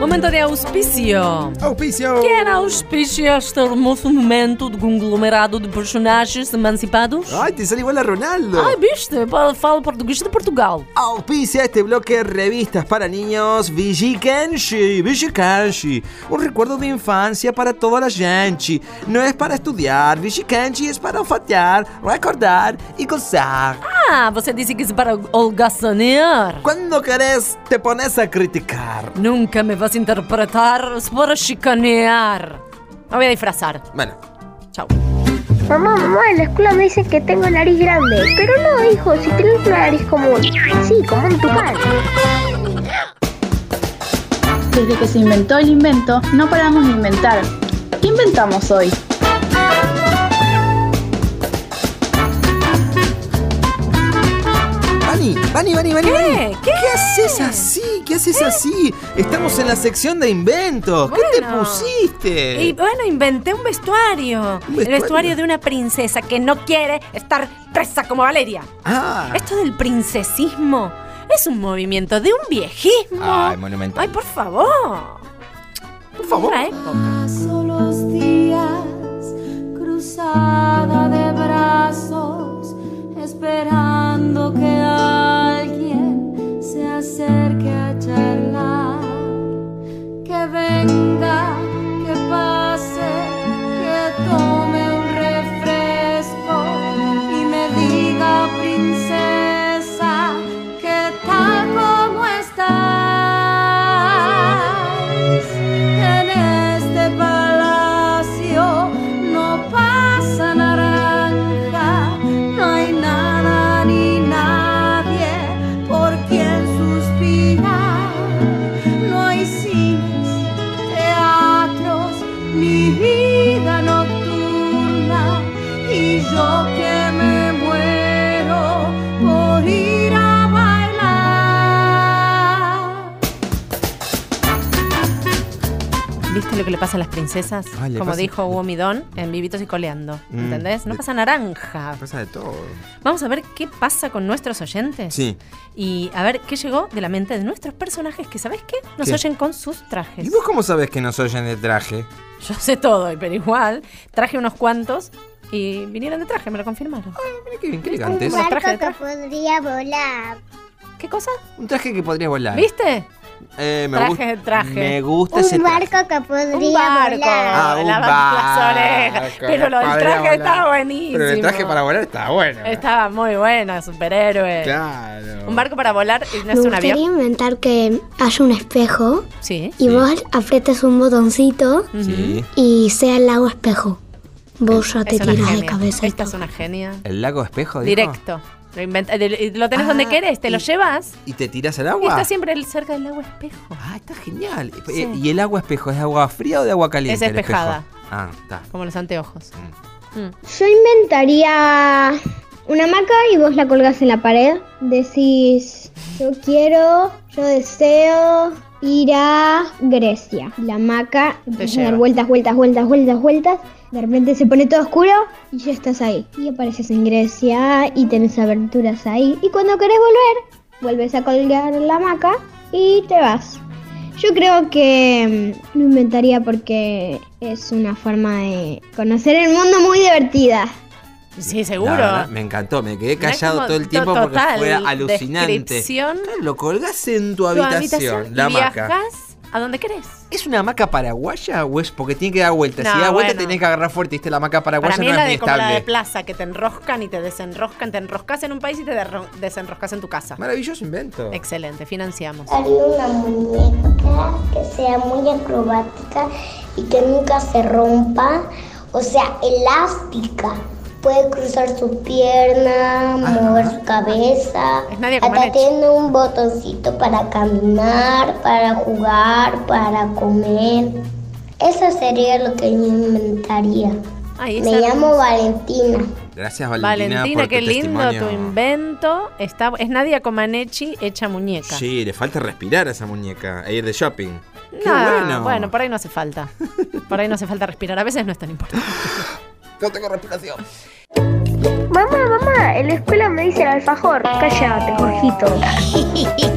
Speaker 2: Momento de auspicio.
Speaker 3: Auspicio.
Speaker 2: ¿Quién auspicia este hermoso momento de conglomerado de personajes emancipados?
Speaker 3: Ay, te sale igual a Ronaldo.
Speaker 2: Ai, viste? Pa- Falo português de Portugal.
Speaker 3: Auspicia este bloque Revistas para Niños Vigikanshi, Vigikanshi, un recuerdo de infancia para toda la gente. No es para estudiar, Vigikanshi es para olfatear, recordar y gozar.
Speaker 2: Ah, você disse que é para holgaçanear.
Speaker 3: Quando querés, te pones a criticar.
Speaker 2: Nunca me vas a interpretar, es para chicanear. Me voy a disfrazar.
Speaker 3: Bueno.
Speaker 2: Chao.
Speaker 16: Mamá, mamá, en la escuela me dicen que tengo nariz grande. Pero no, hijo, si tienes una nariz común. Sí, como un tucán.
Speaker 7: Desde que se inventó el invento, no paramos de inventar. ¿Qué inventamos hoy?
Speaker 3: Vani, Vani, Vani, Vani.
Speaker 2: ¿Qué?
Speaker 3: Vani.
Speaker 2: ¿Qué? ¿Eh?
Speaker 3: haces así? ¿Qué haces así? Estamos en la sección de inventos. ¿Qué te
Speaker 2: Bueno.
Speaker 3: pusiste?
Speaker 2: Y bueno, inventé un vestuario. El
Speaker 3: vestuario?
Speaker 2: vestuario de una princesa que no quiere estar presa como Valeria.
Speaker 3: Ah.
Speaker 2: Esto del princesismo es un movimiento de un viejismo.
Speaker 3: Ay, monumental.
Speaker 2: Ay, por favor. Por
Speaker 3: favor.
Speaker 10: Paso los días cruzada de brazos, esperando que alguien se acerque a charlar. Que venga, que pase, que tome un refresco y me diga, princesa, que tal como estás. En este palacio no pasa naranja, no hay nada ni nadie
Speaker 2: que lo que le pasa a las princesas?
Speaker 3: Ay, le
Speaker 2: como
Speaker 3: pasa-
Speaker 2: dijo Hugo Midón en Vivitos y Coleando.
Speaker 3: Mm,
Speaker 2: ¿Entendés? No
Speaker 3: de-
Speaker 2: pasa naranja.
Speaker 3: Pasa de todo.
Speaker 2: Vamos a ver qué pasa con nuestros oyentes.
Speaker 3: Sí.
Speaker 2: Y a ver qué llegó de la mente de nuestros personajes que, ¿sabés qué? Nos
Speaker 3: ¿Qué?
Speaker 2: oyen con sus trajes.
Speaker 3: ¿Y vos cómo sabes que nos oyen de traje?
Speaker 2: Yo sé todo, pero igual traje unos cuantos y vinieron de traje, me lo confirmaron. Ay,
Speaker 3: mira qué bien, qué elegantes.
Speaker 2: Un traje de
Speaker 1: que
Speaker 2: traje.
Speaker 1: podría volar.
Speaker 2: ¿Qué cosa?
Speaker 3: Un traje que podría volar.
Speaker 2: ¿Viste?
Speaker 3: Eh, me
Speaker 2: Traje
Speaker 3: gusta-
Speaker 2: de traje.
Speaker 3: Me gusta ese
Speaker 2: <laughs>
Speaker 1: Un
Speaker 3: traje.
Speaker 1: barco que podría
Speaker 2: Un barco.
Speaker 1: volar.
Speaker 3: Ah, un
Speaker 2: la las
Speaker 3: barco,
Speaker 2: orejas. Pero lo
Speaker 3: no
Speaker 2: del
Speaker 3: podría
Speaker 2: traje
Speaker 3: volar.
Speaker 2: estaba buenísimo.
Speaker 3: Pero el traje para volar está bueno.
Speaker 2: Estaba muy bueno, superhéroe.
Speaker 3: Claro.
Speaker 2: Un barco para volar y no
Speaker 17: Me
Speaker 2: es un
Speaker 17: gustaría
Speaker 2: avión.
Speaker 17: inventar que haya un espejo
Speaker 2: Sí.
Speaker 17: y vos apretes un botoncito
Speaker 3: Sí.
Speaker 17: y sea el lago espejo. Vos ya te
Speaker 2: Es una
Speaker 17: tirás de
Speaker 2: genia.
Speaker 17: cabeza. y
Speaker 2: Esta es una genia.
Speaker 3: ¿El lago espejo? dijo? Ah,
Speaker 2: Directo. Lo, inventa- eh, de- lo tenés donde querés, te lo llevas.
Speaker 3: ¿Y te tiras al
Speaker 2: Y
Speaker 3: agua?
Speaker 2: está siempre el- cerca del lago espejo.
Speaker 3: Ah, está genial. Eh, ¿Y el agua espejo es agua fría o de agua caliente?
Speaker 2: Es
Speaker 3: el espejo?
Speaker 2: espejada.
Speaker 3: Ah, está.
Speaker 2: Como los anteojos.
Speaker 3: Mm.
Speaker 1: Yo inventaría una hamaca y vos la colgás en la pared. Decís, yo quiero, yo deseo ir a Grecia. La hamaca empieza a dar
Speaker 2: lleva.
Speaker 1: vueltas, vueltas, vueltas, vueltas, vueltas. De repente se pone todo oscuro y ya estás ahí. Y apareces en Grecia y tenés aventuras ahí. Y cuando querés volver, vuelves a colgar la hamaca y te vas. Yo creo que mm, lo inventaría porque es una forma de conocer el mundo muy divertida.
Speaker 2: Sí,
Speaker 3: La
Speaker 2: seguro.
Speaker 3: verdad, me encantó, me quedé
Speaker 2: Mirá
Speaker 3: callado
Speaker 2: cómo
Speaker 3: todo el
Speaker 2: to-
Speaker 3: tiempo porque
Speaker 2: total
Speaker 3: fue alucinante.
Speaker 2: descripción.
Speaker 3: Claro, lo colgás en tu
Speaker 2: Tu
Speaker 3: habitación,
Speaker 2: habitación
Speaker 3: la
Speaker 2: y
Speaker 3: hamaca.
Speaker 2: viajás a donde querés.
Speaker 3: ¿Es una hamaca paraguaya o es porque tiene que dar vueltas?
Speaker 2: No,
Speaker 3: si da vueltas
Speaker 2: bueno.
Speaker 3: tenés que agarrar fuerte, ¿viste? La hamaca paraguaya
Speaker 2: Para mí
Speaker 3: no es
Speaker 2: es la
Speaker 3: muy
Speaker 2: de como la de
Speaker 3: estable.
Speaker 2: plaza, que te enroscan y te desenroscan. Te enroscas en un país y te derro- desenroscas en tu casa.
Speaker 3: Maravilloso invento.
Speaker 2: Excelente, financiamos.
Speaker 6: Haría una muñeca que sea muy acrobática y que nunca se rompa, o sea, elástica. Puede cruzar su pierna, mover su cabeza.
Speaker 2: Nadia
Speaker 6: Hasta
Speaker 2: Comaneci.
Speaker 6: tiene un botoncito para caminar, para jugar, para comer. Eso sería lo que yo inventaría.
Speaker 2: Ay,
Speaker 6: Me
Speaker 2: esa-
Speaker 6: llamo Valentina.
Speaker 3: Gracias, Valentina,
Speaker 2: Valentina,
Speaker 3: por tu
Speaker 2: qué lindo
Speaker 3: testimonio.
Speaker 2: tu invento. Está, es Nadia Comaneci hecha muñeca.
Speaker 3: Sí, le falta respirar a esa muñeca e ir de shopping. ¡Qué
Speaker 2: Nah,
Speaker 3: bueno!
Speaker 2: por ahí no hace falta. Por ahí no hace falta respirar. A veces no es tan importante.
Speaker 3: No tengo respiración.
Speaker 1: Mamá, mamá, en la escuela me dicen alfajor. Cállate, Jorgito.
Speaker 18: <laughs>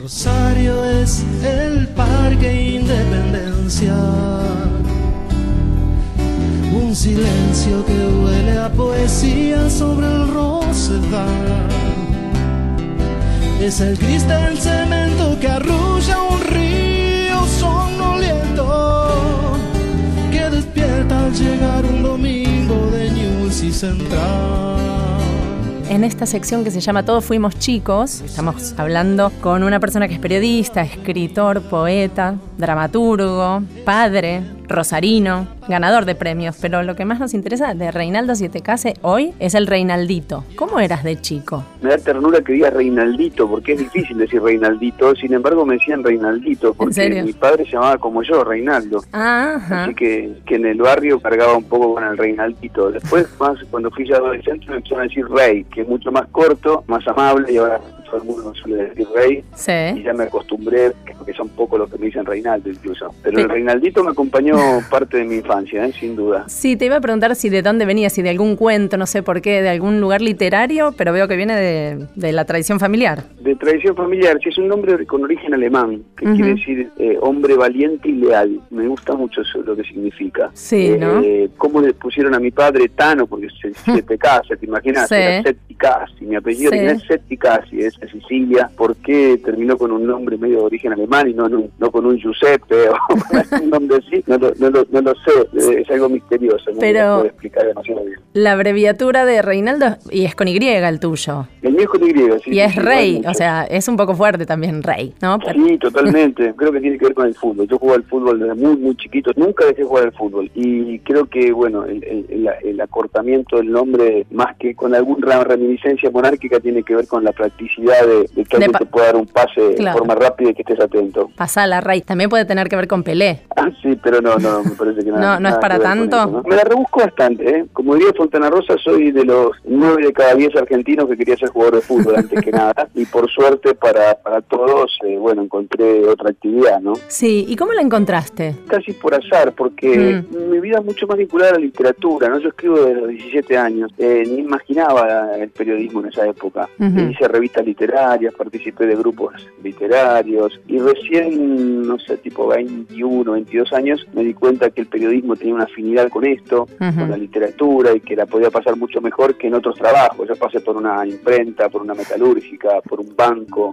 Speaker 18: Rosario es el parque Independencia. Un silencio que huele a poesía sobre el rosedal. Es el cristal cemento que arrulla un río somnoliento que despierta al llegar un domingo de News y Central.
Speaker 2: En esta sección que se llama Todos Fuimos Chicos, estamos hablando con una persona que es periodista, escritor, poeta, dramaturgo, padre, rosarino, ganador de premios. Pero lo que más nos interesa de Reinaldo Sietecase hoy es el Reinaldito. ¿Cómo eras de chico?
Speaker 19: Me da ternura que diga Reinaldito, porque es difícil decir Reinaldito. Sin embargo, me decían Reinaldito, porque
Speaker 2: serio?
Speaker 19: mi padre se llamaba como yo, Reinaldo.
Speaker 2: Ajá.
Speaker 19: Así que, que en el barrio cargaba un poco con el Reinaldito. Después, más cuando fui ya adolescente, me empezaron a decir Rey, que es mucho más corto, más amable, y ahora todo el mundo suele decir Rey. Y
Speaker 2: Sí.
Speaker 19: ya me acostumbré, que son pocos los que me dicen Reinaldo incluso. Pero el Reinaldito me acompañó parte de mi infancia, ¿eh? sin duda.
Speaker 2: Sí, te iba a preguntar si de dónde venía, si de algún cuento, no sé por qué, de algún lugar literario, pero veo que viene de, de la tradición familiar.
Speaker 19: De tradición familiar, sí, es un nombre con origen alemán, que
Speaker 2: Ujú.
Speaker 19: quiere decir eh, hombre valiente y leal. Me gusta mucho eso, lo que significa.
Speaker 2: Sí, ¿no?
Speaker 19: eh, ¿Cómo le pusieron a mi padre Tano? Porque
Speaker 2: <laughs>
Speaker 19: se siete casas, ¿te imaginas?
Speaker 2: Sí.
Speaker 19: Era Septicasi, mi apellido
Speaker 2: Sí.
Speaker 19: original es Septicasi, es de Sicilia. ¿Por qué terminó con un nombre medio de origen alemán y no, no, no con un Giuseppe <laughs> o con un nombre así? No lo, no lo- no lo sé, eh, es algo misterioso, no
Speaker 2: Pero-
Speaker 19: lo puedo explicar demasiado bien.
Speaker 2: La abreviatura de Reinaldo, y es con Y el tuyo.
Speaker 19: El mío es con Y, sí,
Speaker 2: Y
Speaker 19: sí,
Speaker 2: es
Speaker 19: sí,
Speaker 2: rey,
Speaker 19: mucho.
Speaker 2: o sea, es un poco fuerte también rey, ¿no? Pero-
Speaker 19: Sí, totalmente. Creo que tiene que ver con el fútbol. Yo jugué al fútbol desde muy, muy chiquito. Nunca dejé jugar al fútbol. Y creo que, bueno, el, el- el- el acortamiento del nombre, más que con algún ra- reminiscencia reminiscencia monárquica tiene que ver con la practicidad de, de que alguien
Speaker 2: pa-
Speaker 19: te pueda dar un pase
Speaker 2: Claro.
Speaker 19: de forma rápida y que estés atento.
Speaker 2: Pasala, Ray. También puede tener que ver con Pelé.
Speaker 19: Ah, sí, pero no, no, me parece
Speaker 2: <laughs>
Speaker 19: que nada.
Speaker 2: No, no es
Speaker 19: nada
Speaker 2: para
Speaker 19: que ver con
Speaker 2: tanto.
Speaker 19: eso, ¿no? Me la rebusco bastante, ¿eh? Como diría Fontana Rosa, soy de los nueve de cada diez argentinos que quería ser jugador de fútbol antes que <laughs> nada. Y por suerte para, para todos, eh, bueno, encontré otra actividad, ¿no?
Speaker 2: Sí, ¿y cómo la encontraste?
Speaker 19: Casi por azar, porque mi vida es mucho más vinculada a la literatura, ¿no? Yo escribo desde los 17 años, eh, ni imaginaba el periodismo en esa época.
Speaker 2: Ujú.
Speaker 19: Hice revistas literarias, participé de grupos literarios y recién, no sé, tipo 21, 22 años, me di cuenta que el periodismo tenía una afinidad con esto,
Speaker 2: Ujú.
Speaker 19: con la literatura y que la podía pasar mucho mejor que en otros trabajos. Yo pasé por una imprenta, por una metalúrgica, por un banco,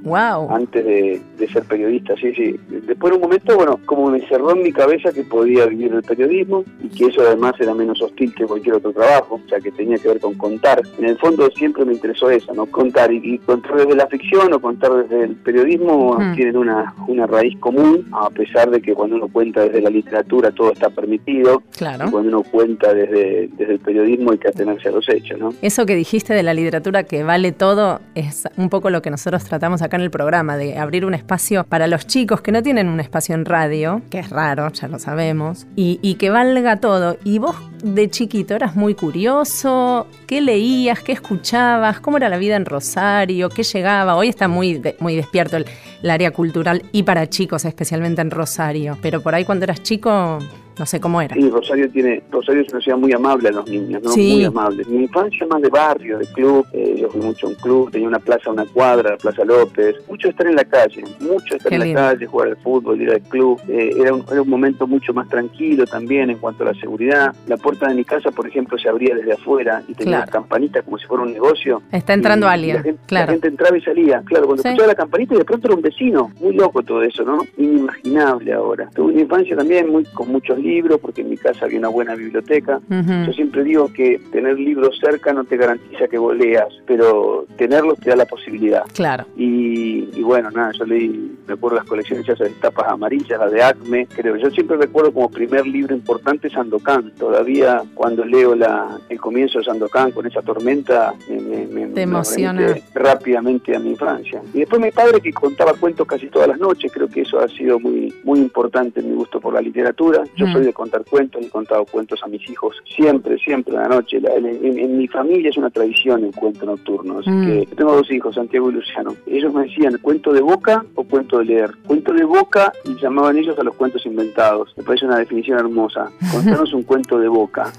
Speaker 19: <laughs>
Speaker 2: Wow.
Speaker 19: antes de, de ser periodista, sí, sí. Después de un momento, bueno, como me cerró en mi cabeza que podía vivir el periodismo y que eso además era menos hostil que cualquier otro trabajo, o sea, que tenía que ver con contar. En el fondo siempre me interesó eso, ¿no? Contar y, y contar desde la ficción o contar desde el periodismo
Speaker 2: Ujú.
Speaker 19: tienen una, una raíz común, a pesar de que cuando uno cuenta desde la literatura todo está permitido.
Speaker 2: Claro.
Speaker 19: Y cuando uno cuenta desde, desde el periodismo hay que atenerse a los hechos, ¿no?
Speaker 2: Eso que dijiste de la literatura que vale todo es un poco lo que nosotros tratamos acá en el programa, de abrir un espacio para los chicos que no tienen un espacio en radio, que es raro, ya lo sabemos, y, y que valga todo. Y vos de chiquito eras muy curioso, ¿qué leías, qué escuchabas, cómo era la vida en Rosario, qué llegaba? Hoy está muy, de- muy despierto el, el área cultural y para chicos, especialmente en Rosario, pero por ahí cuando eras chico, no sé cómo era.
Speaker 19: Sí, Rosario tiene, Rosario es una ciudad muy amable a los niños, ¿no?
Speaker 2: Sí.
Speaker 19: Muy amable. Mi infancia más de barrio, de club, eh, yo fui mucho a un club, tenía una plaza, una cuadra, la Plaza López, mucho estar en la calle, mucho estar
Speaker 2: Qué
Speaker 19: en
Speaker 2: lindo.
Speaker 19: la calle, jugar al fútbol, ir al club, Eh, era, un, era un momento mucho más tranquilo también en cuanto a la seguridad. La puerta de mi casa, por ejemplo, se abría desde afuera y tenía
Speaker 2: Claro.
Speaker 19: las campanitas como si fuera un negocio.
Speaker 2: Está entrando
Speaker 19: Y- y
Speaker 2: alguien,
Speaker 19: la gente-
Speaker 2: claro.
Speaker 19: La gente entraba y salía, claro, cuando
Speaker 2: Sí.
Speaker 19: escuchaba la campanita y de pronto era un vecino, muy loco todo eso, ¿no? Inimaginable ahora. Tuve una infancia también muy con muchos libros, porque en mi casa había una buena biblioteca.
Speaker 2: Ujú.
Speaker 19: Yo siempre digo que tener libros cerca no te garantiza que vos leas, pero tenerlos te da la posibilidad.
Speaker 2: Claro.
Speaker 19: Y, y bueno, nada, yo leí, me acuerdo las colecciones esas de tapas amarillas, la de Acme, creo. Yo siempre recuerdo como primer libro importante Sandokan. Todavía cuando leo la, el comienzo de Sandokan con esa tormenta, me, me- me-
Speaker 2: Te
Speaker 19: me
Speaker 2: emociona.
Speaker 19: remite rápidamente a mi infancia. Y después mi padre que contaba cuentos casi todas las noches, creo que eso ha sido muy, muy importante en mi gusto por la literatura. Yo
Speaker 2: Mm.
Speaker 19: soy de contar cuentos, he contado cuentos a mis hijos siempre, siempre en la noche. La- en, en- en mi familia es una tradición el cuento nocturno, así
Speaker 2: Mm.
Speaker 19: que yo tengo dos hijos, Santiago y Luciano. Ellos me decían, ¿cuento de boca o cuento de leer? Cuento de boca y llamaban ellos a los cuentos inventados. Me parece una definición
Speaker 2: <laughs>
Speaker 19: hermosa. Contanos un cuento de boca.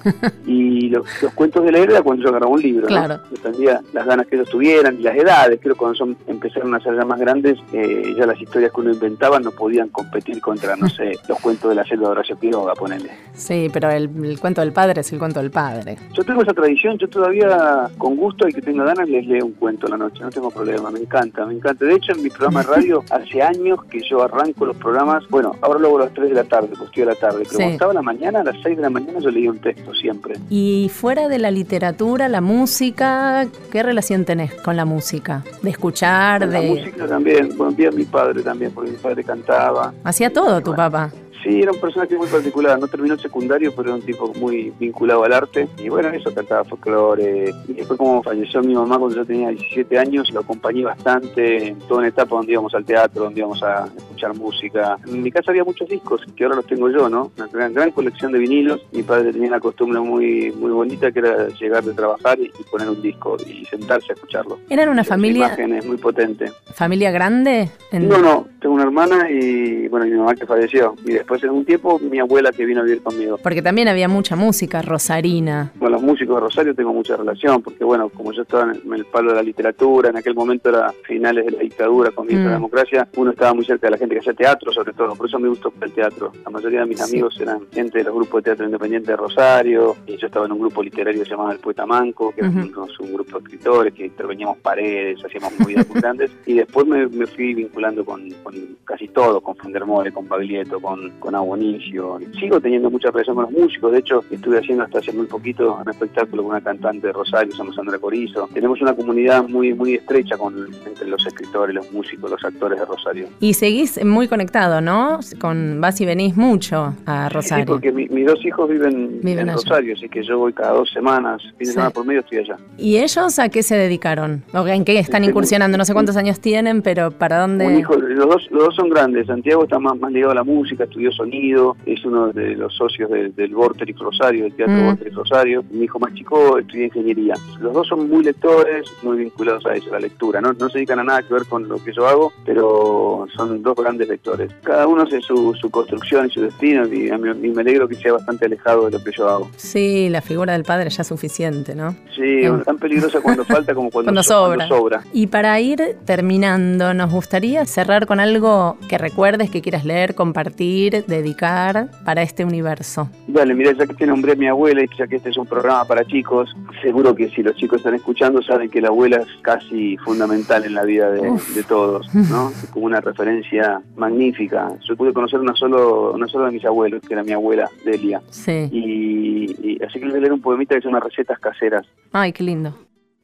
Speaker 19: Y lo- los cuentos de leer era cuando yo agarraba un libro. ¿no?
Speaker 2: Claro.
Speaker 19: Dependía las ganas que ellos tuvieran y las edades. Creo que cuando son, empezaron a ser ya más grandes, eh, ya las historias que uno inventaba no podían competir contra, no sé, los cuentos de la selva de Horacio Quiroga, ponele.
Speaker 2: Sí, pero el, el cuento del padre es el cuento del padre.
Speaker 19: Yo tengo esa tradición, yo todavía con gusto y que tenga ganas les leo un cuento a la noche, no tengo problema, me encanta, me encanta. De hecho, en mi programa de radio hace años que yo arranco los programas, bueno, ahora lo hago a las 3 de la tarde, pues estoy a la tarde, pero
Speaker 2: Sí.
Speaker 19: cuando estaba a la mañana, a las 6 de la mañana yo leía un texto siempre.
Speaker 2: Y fuera de la literatura, la música, ¿qué relación tenés con la música? De escuchar,
Speaker 19: Con La
Speaker 2: de...
Speaker 19: música también, bueno, vi a mi padre también, porque mi padre cantaba.
Speaker 2: Hacía todo tu papá.
Speaker 19: Sí, era un personaje muy particular, no terminó el secundario, pero era un tipo muy vinculado al arte. Y bueno, eso cantaba folclore. Y después como falleció mi mamá cuando yo tenía 17 años, lo acompañé bastante en toda una etapa donde íbamos al teatro, donde íbamos a escuchar música. En mi casa había muchos discos, que ahora los tengo yo, ¿no? Una gran, gran colección de vinilos. Mi padre tenía una costumbre muy, muy bonita que era llegar de trabajar y, y poner un disco y sentarse a escucharlo.
Speaker 2: ¿Eran una
Speaker 19: Esa
Speaker 2: familia-
Speaker 19: imagen es muy potente.
Speaker 2: ¿Familia grande? En-
Speaker 19: No, no, tengo una hermana y bueno, mi mamá que falleció. Y después en un tiempo mi abuela que vino a vivir conmigo.
Speaker 2: Porque también había mucha música rosarina.
Speaker 19: Con los músicos de Rosario tengo mucha relación, porque bueno, como yo estaba en el palo de la literatura, en aquel momento era finales de la dictadura, comienzo de
Speaker 2: Mm.
Speaker 19: la democracia, uno estaba muy cerca de la gente que hacía teatro, sobre todo, por eso me gustó el teatro. La mayoría de mis
Speaker 2: Sí.
Speaker 19: amigos eran gente de los grupos de teatro independiente de Rosario, y yo estaba en un grupo literario llamado El Poeta Manco, que
Speaker 2: Ujú.
Speaker 19: éramos un grupo de escritores que interveníamos paredes, hacíamos movidas muy grandes, y después me, me fui vinculando con, con con casi todo, con Fondermore, con Baglietto, con, con Abonicio. Sigo teniendo mucha relación con los músicos, de hecho estuve haciendo hasta hace muy poquito un espectáculo con una cantante de Rosario, somos Sandra Corizo. Tenemos una comunidad muy, muy estrecha con, entre los escritores, los músicos, los actores de Rosario.
Speaker 2: Y seguís muy conectado, ¿no? Con vas y venís mucho a Rosario.
Speaker 19: Sí, porque mi- mis dos hijos viven,
Speaker 2: Viven
Speaker 19: en
Speaker 2: allá.
Speaker 19: Rosario, así que yo voy cada dos semanas, fin de
Speaker 2: Sí.
Speaker 19: semana por medio estoy allá.
Speaker 2: ¿Y ellos a qué se dedicaron? ¿O en qué están incursionando? No sé cuántos años tienen, pero ¿para dónde?
Speaker 19: Un hijo, los dos, los dos son grandes. Santiago está más, más ligado a la música, estudió sonido, es uno de los socios de- del Vorterix Rosario, del Teatro
Speaker 2: Mm.
Speaker 19: Vorterix Rosario. Mi hijo más chico estudia ingeniería. Los dos son muy lectores, muy vinculados a eso, a la lectura. No, no se dedican a nada que ver con lo que yo hago, pero son dos grandes lectores. Cada uno hace su, su construcción y su destino y, a mí- y me alegro que sea bastante alejado de lo que yo hago.
Speaker 2: Sí, la figura del padre ya es suficiente, ¿no?
Speaker 19: Sí,
Speaker 2: Mm.
Speaker 19: tan peligrosa cuando falta como cuando,
Speaker 2: Cuando
Speaker 19: so-
Speaker 2: sobra. Y para ir terminando, nos gustaría cerrar con algo que recuerdes, que quieras leer, compartir, dedicar para este universo.
Speaker 19: Dale, mira, ya que te nombré a mi abuela y ya que este es un programa para chicos, seguro que si los chicos están escuchando saben que la abuela es casi fundamental en la vida de, de todos, ¿no? Es como una referencia magnífica. Yo pude conocer una solo, una sola de mis abuelos, que era mi abuela, Delia.
Speaker 2: Sí.
Speaker 19: Y, y- así que les voy a leer un poemita que se llama Recetas Caseras.
Speaker 2: Ay, qué lindo.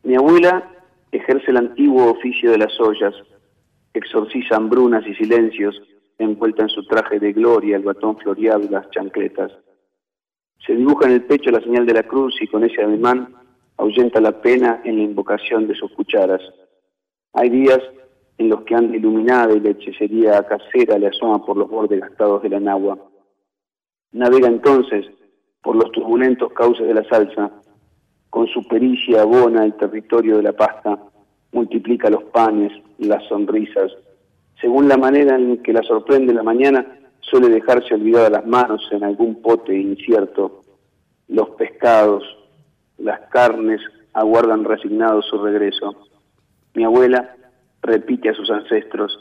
Speaker 19: Mi abuela ejerce el antiguo oficio de las ollas, exorciza hambrunas y silencios, envuelta en su traje de gloria, el batón floreado y las chancletas. Se dibuja en el pecho la señal de la cruz y con ese ademán ahuyenta la pena en la invocación de sus cucharas. Hay días en los que anda iluminada y la hechicería casera le asoma por los bordes gastados de la nagua. Navega entonces por los turbulentos cauces de la salsa, con su pericia abona el territorio de la pasta, multiplica los panes, las sonrisas. Según la manera en que la sorprende la mañana, suele dejarse olvidadas las manos en algún pote incierto. Los pescados, las carnes aguardan resignados su regreso. Mi abuela repite a sus ancestros,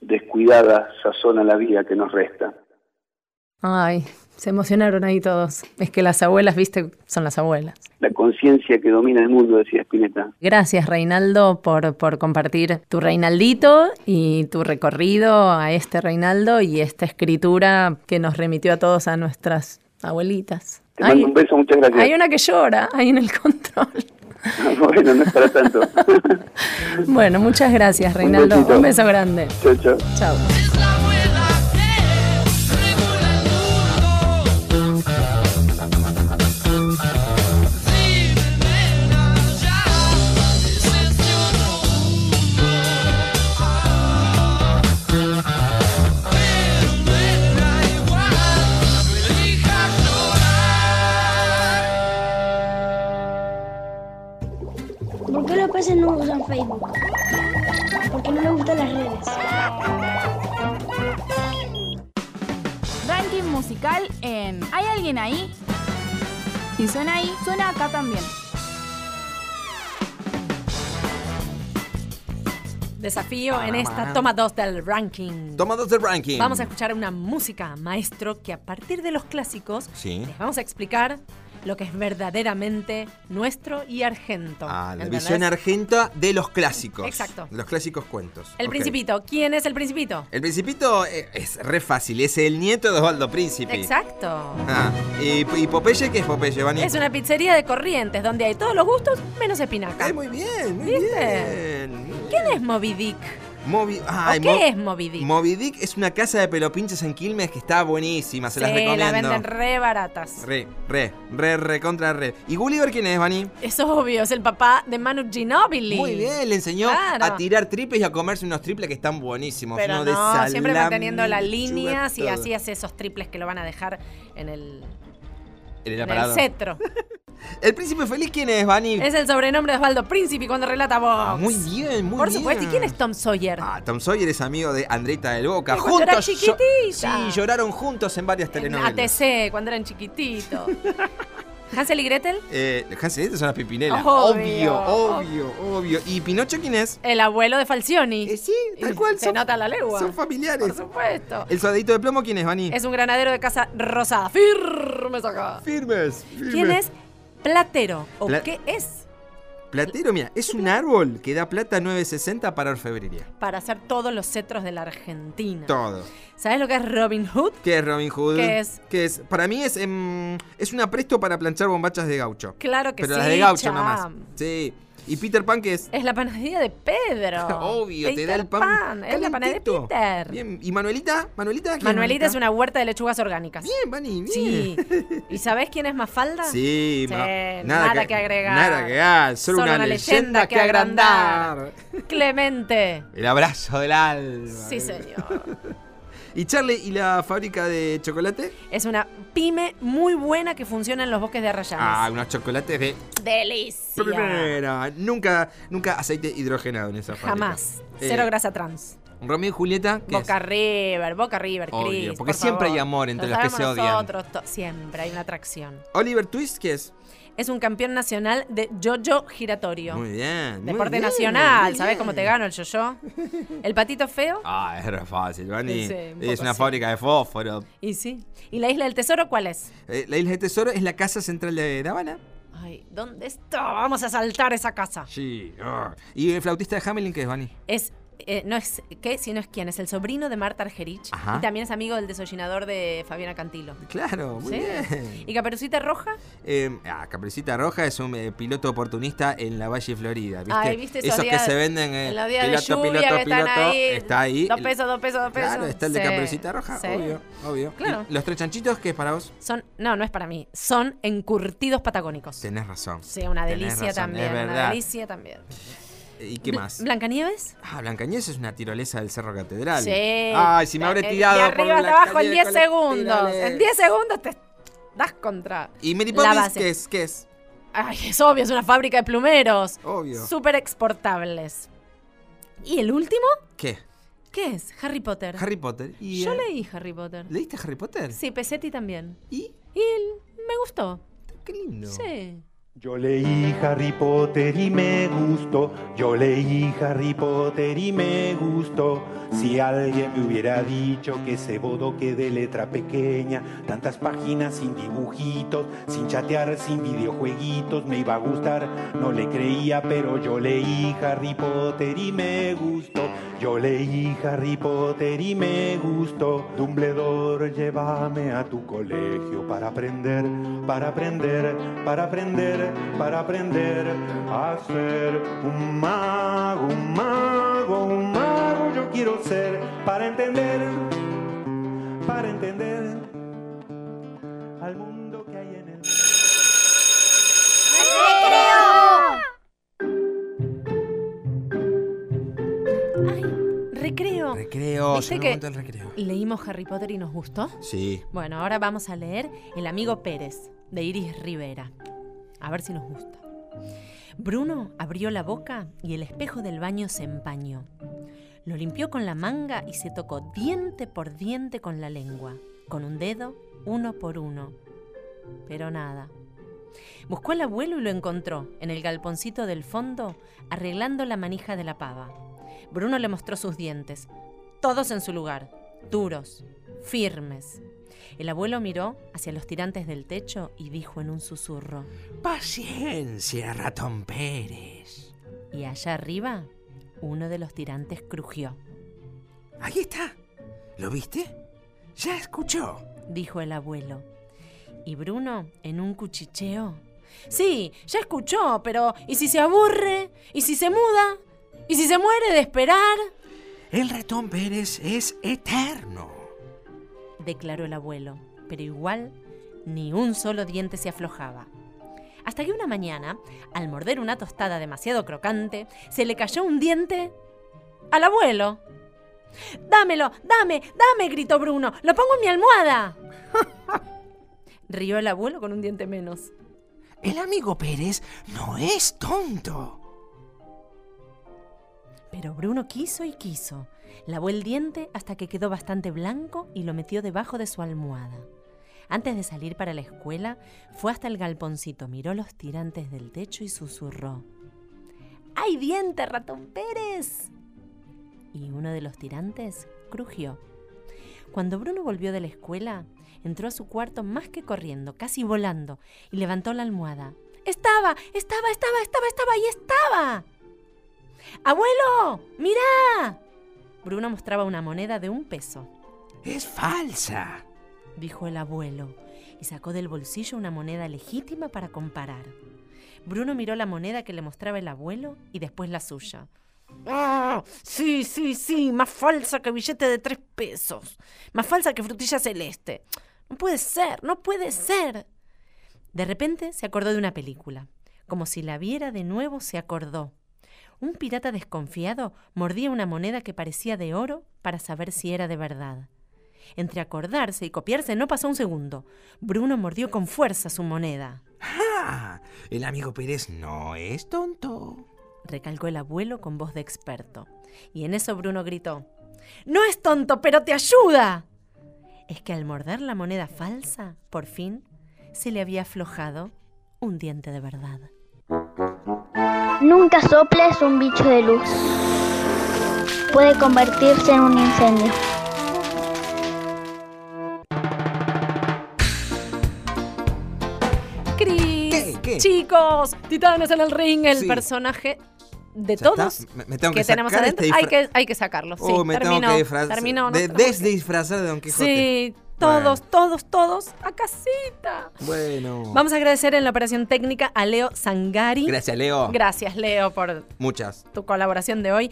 Speaker 19: descuidada sazona la vida que nos resta.
Speaker 2: Ay, se emocionaron ahí todos. Es que las abuelas, viste, son las abuelas.
Speaker 19: La conciencia que domina el mundo, decía Spinetta.
Speaker 2: Gracias, Reinaldo, por, por compartir tu Reinaldito y tu recorrido a este Reinaldo y esta escritura que nos remitió a todos a nuestras abuelitas.
Speaker 19: Te mando
Speaker 2: Ay,
Speaker 19: un beso, muchas gracias.
Speaker 2: hay una que llora ahí en el control.
Speaker 19: <laughs> Bueno, no es para tanto.
Speaker 2: Bueno, muchas gracias, Reinaldo.
Speaker 19: besito.
Speaker 2: un beso grande.
Speaker 19: Chao, chao.
Speaker 2: Chao.
Speaker 20: ¿Por qué los peces no usan Facebook? Porque no les gustan las redes.
Speaker 7: Ranking musical en ¿Hay alguien ahí? Si suena ahí, suena acá también.
Speaker 2: Desafío en esta toma 2 del ranking.
Speaker 3: Toma dos del ranking.
Speaker 2: Vamos a escuchar una música, maestro, que a partir de los clásicos
Speaker 3: Sí.
Speaker 2: les vamos a explicar lo que es verdaderamente nuestro y argento.
Speaker 3: A Ah, la
Speaker 2: ¿entendés?
Speaker 3: visión argenta de los clásicos.
Speaker 2: Exacto.
Speaker 3: De los clásicos cuentos.
Speaker 2: El
Speaker 3: Ok.
Speaker 2: Principito. ¿Quién es el Principito?
Speaker 3: El Principito eh, es re fácil, es el nieto de Osvaldo Príncipe.
Speaker 2: Exacto.
Speaker 3: Ah, y, y Popeye qué es Popeye, Vani?
Speaker 2: Es una pizzería de corrientes donde hay todos los gustos menos espinaca.
Speaker 3: Eh, muy bien, muy bien.
Speaker 2: ¿Quién es Moby Dick?
Speaker 3: Moby, ay,
Speaker 2: ¿O
Speaker 3: Mo-
Speaker 2: qué es Moby Dick?
Speaker 3: Moby Dick es una casa de pelopinches en Quilmes que está buenísima, se las
Speaker 2: Sí,
Speaker 3: recomiendo.
Speaker 2: la venden re baratas.
Speaker 3: Re, re, re, re, contra re. ¿Y Gulliver quién es, Vani?
Speaker 2: Es obvio, es el papá de Manu Ginobili.
Speaker 3: Muy bien, le enseñó
Speaker 2: Claro.
Speaker 3: a tirar triples y a comerse unos triples que están buenísimos.
Speaker 2: Pero
Speaker 3: uno de
Speaker 2: no,
Speaker 3: salami,
Speaker 2: siempre manteniendo las
Speaker 3: lechuga,
Speaker 2: líneas y
Speaker 3: todo.
Speaker 2: así hace esos triples que lo van a dejar en el,
Speaker 3: En el
Speaker 2: en el
Speaker 3: aparador.
Speaker 2: cetro.
Speaker 3: <laughs> El príncipe feliz quién es, Vani?
Speaker 2: es el sobrenombre de Osvaldo Príncipe cuando relata Vox.
Speaker 3: Ah, Muy bien, muy
Speaker 2: Por
Speaker 3: bien. Ah,
Speaker 2: supuesto, ¿y quién es Tom Sawyer?
Speaker 3: Tom Sawyer es amigo de Andreita del Boca.
Speaker 2: Que cuando era
Speaker 3: Juntos llo-
Speaker 2: chiquitita.
Speaker 3: sí, lloraron juntos en varias telenovelas.
Speaker 2: ATC, cuando
Speaker 3: <laughs>
Speaker 2: eran chiquititos. Hansel y Gretel,
Speaker 3: Eh, Hansel y Gretel son las pipinelas.
Speaker 2: Obvio.
Speaker 3: Obvio, obvio, obvio. ¿Y Pinocho quién es? Eh,
Speaker 2: el abuelo de Falcioni.
Speaker 3: sí,
Speaker 2: tal cual. Se nota la legua.
Speaker 3: son familiares.
Speaker 2: Por supuesto.
Speaker 3: ¿El soldadito de plomo quién es, Vani?
Speaker 2: Es un granadero de casa rosada. Firme acá.
Speaker 3: Firmes, firmes.
Speaker 2: ¿Quién es Platero? ¿O
Speaker 3: Pla-
Speaker 2: qué es?
Speaker 3: Platero, mira, es un árbol que da plata 960 para orfebrería.
Speaker 2: para hacer todos los cetros de la Argentina.
Speaker 3: Todo.
Speaker 2: ¿Sabes lo que es Robin Hood?
Speaker 3: ¿Qué es Robin Hood?
Speaker 2: ¿Qué es?
Speaker 3: ¿Qué es? Para mí es, em, es un apresto para planchar bombachas de gaucho.
Speaker 2: Claro que
Speaker 3: Pero
Speaker 2: sí,
Speaker 3: las de gaucho
Speaker 2: cham.
Speaker 3: nomás. Sí. ¿Y Peter Pan qué es?
Speaker 2: Es la panadería de Pedro.
Speaker 3: <laughs> Obvio, te da el pan
Speaker 2: Es la panadería de
Speaker 3: calentito.
Speaker 2: Peter.
Speaker 3: Bien. ¿Y Manuelita? ¿Manuelita? quién es
Speaker 2: Manuelita es una huerta de lechugas orgánicas.
Speaker 3: Bien, Vani, bien.
Speaker 2: Sí. ¿Y sabés quién es Mafalda?
Speaker 3: Sí, ma-
Speaker 2: nada,
Speaker 3: nada
Speaker 2: que,
Speaker 3: que-
Speaker 2: agregar.
Speaker 3: nada que agregar, solo una leyenda que <laughs>
Speaker 2: Clemente.
Speaker 3: El abrazo del alma.
Speaker 2: Sí, señor.
Speaker 3: ¿Y Charlie y la fábrica de chocolate?
Speaker 2: Es una pyme muy buena que funciona en los bosques de Arrayanes.
Speaker 3: Ah, unos chocolates de
Speaker 2: Delicia.
Speaker 3: primera. Nunca, nunca aceite hidrogenado en esa fábrica.
Speaker 2: Jamás.
Speaker 3: Eh,
Speaker 2: Cero grasa trans.
Speaker 3: Romeo y Julieta, ¿qué
Speaker 2: Boca
Speaker 3: es?
Speaker 2: River, Boca River,
Speaker 3: Obvio,
Speaker 2: Cris.
Speaker 3: porque
Speaker 2: por
Speaker 3: siempre
Speaker 2: favor.
Speaker 3: hay amor entre
Speaker 2: Lo
Speaker 3: los que se
Speaker 2: sabemos
Speaker 3: odian.
Speaker 2: nosotros, to- siempre hay una atracción.
Speaker 3: Oliver Twist, ¿qué es?
Speaker 2: Es un campeón nacional de yo-yo giratorio.
Speaker 3: Muy bien. muy
Speaker 2: Deporte
Speaker 3: bien,
Speaker 2: nacional,
Speaker 3: muy
Speaker 2: ¿sabés
Speaker 3: bien.
Speaker 2: cómo te gano el yo-yo? El patito feo,
Speaker 3: Ah, es re fácil, Vani.
Speaker 2: Sí, sí, un
Speaker 3: es
Speaker 2: poco
Speaker 3: una
Speaker 2: así.
Speaker 3: fábrica de fósforo.
Speaker 2: y sí. ¿Y la isla del tesoro cuál es?
Speaker 3: Eh, la isla de tesoro es la casa central de La Habana.
Speaker 2: Ay, ¿dónde está? Vamos a saltar esa casa.
Speaker 3: Sí. ah. ¿Y el flautista de Hamelin qué es, Vani?
Speaker 2: Es, eh, no es qué, sino es quién, es el sobrino de Marta Argerich
Speaker 3: Ajá.
Speaker 2: y también es amigo del desollinador de Fabiana Cantilo.
Speaker 3: Claro, muy
Speaker 2: Sí.
Speaker 3: bien.
Speaker 2: ¿Y Caperucita Roja?
Speaker 3: Eh, ah, Capricita Roja es un eh, piloto oportunista en la Valle Florida. ¿viste?
Speaker 2: Ay, ¿viste esos
Speaker 3: Esos que
Speaker 2: días-
Speaker 3: se venden eh,
Speaker 2: en los días de
Speaker 3: piloto,
Speaker 2: lluvia
Speaker 3: piloto,
Speaker 2: que están
Speaker 3: piloto,
Speaker 2: ahí?
Speaker 3: Está ahí.
Speaker 2: Dos pesos, dos pesos, dos pesos.
Speaker 3: Claro, está el de
Speaker 2: Sí.
Speaker 3: Capricita Roja,
Speaker 2: Sí.
Speaker 3: obvio, obvio.
Speaker 2: Claro.
Speaker 3: ¿Y ¿Los tres chanchitos qué es para vos?
Speaker 2: Son, no, no es para mí, son encurtidos patagónicos.
Speaker 3: Tenés razón.
Speaker 2: Sí, una
Speaker 3: Tenés
Speaker 2: delicia
Speaker 3: razón,
Speaker 2: también,
Speaker 3: Es
Speaker 2: una
Speaker 3: verdad.
Speaker 2: delicia también.
Speaker 3: ¿Y qué
Speaker 2: Bl-
Speaker 3: más?
Speaker 2: ¿Blancanieves?
Speaker 3: Ah, Blancañez es una tirolesa del Cerro Catedral.
Speaker 2: Sí.
Speaker 3: Ay, si me habré
Speaker 2: De-
Speaker 3: tirado
Speaker 2: De
Speaker 3: por
Speaker 2: arriba hasta
Speaker 3: la
Speaker 2: abajo en
Speaker 3: escalera
Speaker 2: 10
Speaker 3: con las
Speaker 2: segundos.
Speaker 3: tirales.
Speaker 2: En 10 segundos te das contra.
Speaker 3: ¿Y Mary
Speaker 2: la
Speaker 3: Poppins
Speaker 2: base.
Speaker 3: qué es? ¿Qué es?
Speaker 2: Ay, es obvio, es una fábrica de plumeros.
Speaker 3: Obvio.
Speaker 2: Súper exportables. ¿Y el último?
Speaker 3: ¿Qué?
Speaker 2: ¿Qué es? Harry Potter.
Speaker 3: Harry Potter. Y,
Speaker 2: Yo
Speaker 3: eh,
Speaker 2: leí Harry Potter.
Speaker 3: ¿Leíste Harry Potter?
Speaker 2: Sí, Pesetti también.
Speaker 3: ¿Y?
Speaker 2: Y el- me gustó.
Speaker 3: Qué lindo.
Speaker 2: Sí.
Speaker 21: Yo leí Harry Potter y me gustó, yo leí Harry Potter y me gustó. Si alguien me hubiera dicho que ese bodoque de letra pequeña, tantas páginas sin dibujitos, sin chatear, sin videojueguitos, me iba a gustar, no le creía, pero yo leí Harry Potter y me gustó. Yo leí Harry Potter y me gustó. Dumbledore, llévame a tu colegio para aprender, para aprender, para aprender, para aprender a ser un mago, un mago, un mago. Yo quiero ser para entender, para entender al mundo que hay en el.
Speaker 2: Recreo.
Speaker 3: Recreo,
Speaker 2: ¿Viste
Speaker 3: yo me
Speaker 2: que
Speaker 3: aguanto el recreo.
Speaker 2: ¿Leímos Harry Potter y nos gustó?
Speaker 3: Sí.
Speaker 2: Bueno, ahora vamos a leer El amigo Pérez, de Iris Rivera. A ver si nos gusta. Bruno abrió la boca y el espejo del baño se empañó. Lo limpió con la manga y se tocó diente por diente con la lengua, con un dedo, uno por uno. Pero nada. Buscó al abuelo y lo encontró, en el galponcito del fondo, arreglando la manija de la pava. Bruno le mostró sus dientes, todos en su lugar, duros, firmes. El abuelo miró hacia los tirantes del techo y dijo en un susurro.
Speaker 3: Paciencia, ratón Pérez.
Speaker 2: Y allá arriba, uno de los tirantes crujió.
Speaker 3: Ahí está. ¿Lo viste? Ya escuchó.
Speaker 2: Dijo el abuelo. Y Bruno, en un cuchicheo. Sí, ya escuchó, pero ¿y si se aburre? ¿Y si se muda? ¿Y si se muere de esperar?
Speaker 3: El ratón Pérez es eterno.
Speaker 2: declaró el abuelo, pero igual ni un solo diente se aflojaba. Hasta que una mañana, al morder una tostada demasiado crocante, se le cayó un diente al abuelo. ¡Dámelo! ¡Dame! ¡Dame! gritó Bruno. ¡Lo pongo en mi
Speaker 3: <laughs>
Speaker 2: almohada! Rió el abuelo con un diente menos.
Speaker 3: El amigo Pérez no es tonto.
Speaker 2: Pero Bruno quiso y quiso. Lavó el diente hasta que quedó bastante blanco y lo metió debajo de su almohada. Antes de salir para la escuela, fue hasta el galponcito, miró los tirantes del techo y susurró. ¡Hay diente, ratón Pérez! Y uno de los tirantes crujió. Cuando Bruno volvió de la escuela, entró a su cuarto más que corriendo, casi volando, y levantó la almohada. Estaba, estaba, estaba, estaba, estaba, ahí estaba. ¡Abuelo! ¡Mirá! Bruno mostraba una moneda de un peso.
Speaker 3: ¡Es falsa!
Speaker 2: dijo el abuelo, y sacó del bolsillo una moneda legítima para comparar. Bruno miró la moneda que le mostraba el abuelo y después la suya.
Speaker 9: ¡Ah! Sí, sí, sí, más falsa que billete de tres pesos. Más falsa que frutilla celeste. No puede ser, no puede ser.
Speaker 2: De repente se acordó de una película. Como si la viera de nuevo, se acordó. Un pirata desconfiado mordía una moneda que parecía de oro para saber si era de verdad. Entre acordarse y copiarse no pasó un segundo. Bruno mordió con fuerza su moneda.
Speaker 3: ¡Ah! El amigo Pérez no es tonto
Speaker 2: recalcó el abuelo con voz de experto. Y en eso Bruno gritó, No es tonto, pero te ayuda. Es que al morder la moneda falsa, por fin, se le había aflojado un diente de verdad.
Speaker 15: Nunca soples un bicho de luz. Puede convertirse en un incendio.
Speaker 2: Cris, chicos, Titanes en el ring, el sí. personaje de todos
Speaker 3: me, me tengo que,
Speaker 2: que tenemos
Speaker 3: sacar
Speaker 2: adentro,
Speaker 3: este
Speaker 2: hay que, hay que sacarlo. Sí,
Speaker 3: Oh, me
Speaker 2: terminó,
Speaker 3: tengo que disfrazar.
Speaker 2: terminó, nos
Speaker 3: de,
Speaker 2: tenemos que-
Speaker 3: desdisfrazar de Don Quijote.
Speaker 2: Sí, todos, todos, todos a casita.
Speaker 3: Bueno.
Speaker 2: Vamos a agradecer en la operación técnica a Leo Sangari.
Speaker 3: Gracias, Leo.
Speaker 2: Gracias, Leo, por
Speaker 3: Muchas.
Speaker 2: tu colaboración de hoy.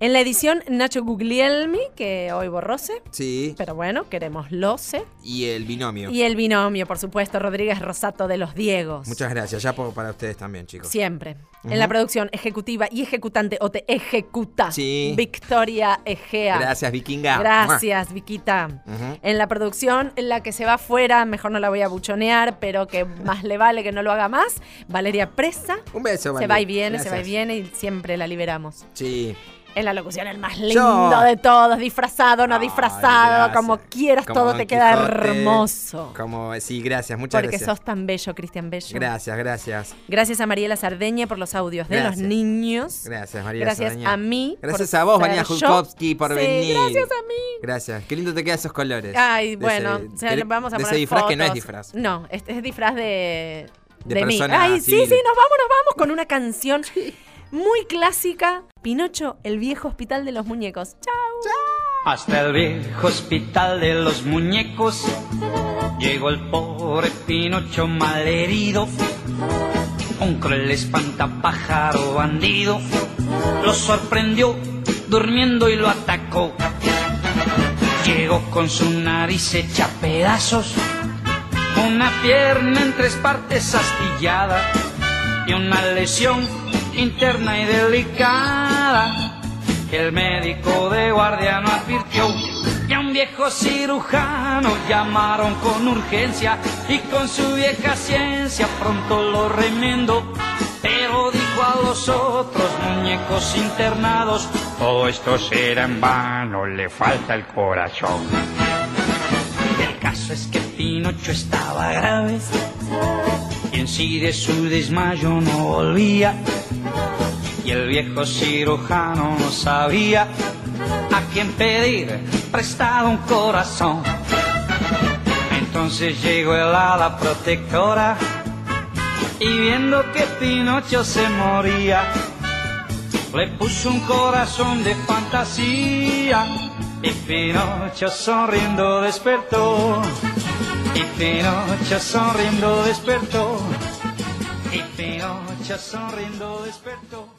Speaker 2: En la edición, Nacho Guglielmi, que hoy borrose,
Speaker 3: Sí.
Speaker 2: pero bueno, queremos Lose.
Speaker 3: Y el binomio.
Speaker 2: Y el binomio, por supuesto, Rodríguez Rosato de los Diegos.
Speaker 3: Muchas gracias. Ya por- para ustedes también, chicos.
Speaker 2: Siempre.
Speaker 3: Ujú.
Speaker 2: En la producción ejecutiva y ejecutante o te ejecuta.
Speaker 3: Sí.
Speaker 2: Victoria Egea.
Speaker 3: Gracias, vikinga.
Speaker 2: Gracias, Viquita.
Speaker 3: Ujú.
Speaker 2: En la producción, la que se va afuera, mejor no la voy a buchonear, pero que más le vale que no lo haga más. Valeria Presa.
Speaker 3: Un beso,
Speaker 2: Se
Speaker 3: Valeria.
Speaker 2: va y viene, se va y
Speaker 3: Gracias.
Speaker 2: viene y siempre la liberamos.
Speaker 3: Sí.
Speaker 2: En la locución, el más
Speaker 3: Yo.
Speaker 2: lindo de todos, disfrazado, no disfrazado,
Speaker 3: gracias.
Speaker 2: como quieras,
Speaker 3: Como
Speaker 2: todo
Speaker 3: Don
Speaker 2: te queda
Speaker 3: Quijote,
Speaker 2: hermoso.
Speaker 3: Como, sí, gracias. Muchas
Speaker 2: Porque
Speaker 3: gracias.
Speaker 2: sos tan bello, Cristian Bello.
Speaker 3: Gracias, gracias.
Speaker 2: Gracias a Mariela Sardeña por los audios de
Speaker 3: Gracias.
Speaker 2: los niños.
Speaker 3: Gracias, María
Speaker 2: Gracias
Speaker 3: Saldaña.
Speaker 2: a mí por
Speaker 3: Gracias a vos,
Speaker 2: ser
Speaker 3: María
Speaker 2: yo.
Speaker 3: Junkowski, por
Speaker 2: Sí,
Speaker 3: venir.
Speaker 2: gracias
Speaker 3: a mí. Gracias. Qué lindo te quedan esos colores.
Speaker 2: Ay,
Speaker 3: De
Speaker 2: bueno,
Speaker 3: ese-
Speaker 2: o sea,
Speaker 3: de-
Speaker 2: vamos a
Speaker 3: de
Speaker 2: poner
Speaker 3: ese disfraz que no es
Speaker 2: fotos.
Speaker 3: disfraz.
Speaker 2: No, este es disfraz de,
Speaker 3: De
Speaker 2: mí.
Speaker 3: persona
Speaker 2: Ay,
Speaker 3: civil.
Speaker 2: sí, sí, nos vamos, nos vamos con una canción muy clásica. Pinocho, el viejo hospital de los muñecos. Chau.
Speaker 22: Hasta el viejo hospital de los muñecos llegó el pobre Pinocho malherido, un cruel espantapájaro bandido lo sorprendió durmiendo y lo atacó. Llegó con su nariz hecha pedazos, una pierna en tres partes astillada y una lesión interna y delicada. El médico de guardia no advirtió y a un viejo cirujano llamaron con urgencia y con su vieja ciencia pronto lo remendó. Pero dijo a los otros muñecos internados,
Speaker 23: Todo esto será en vano, le falta el corazón.
Speaker 22: el caso es que Pinocho estaba grave y en sí de su desmayo no volvía. Y el viejo cirujano no sabía a quién pedir prestado un corazón. Entonces llegó el hada protectora y viendo que Pinocho se moría, le puso un corazón de fantasía. Y Pinocho sonriendo despertó. Y Pinocho sonriendo despertó. Y Pinocho sonriendo despertó.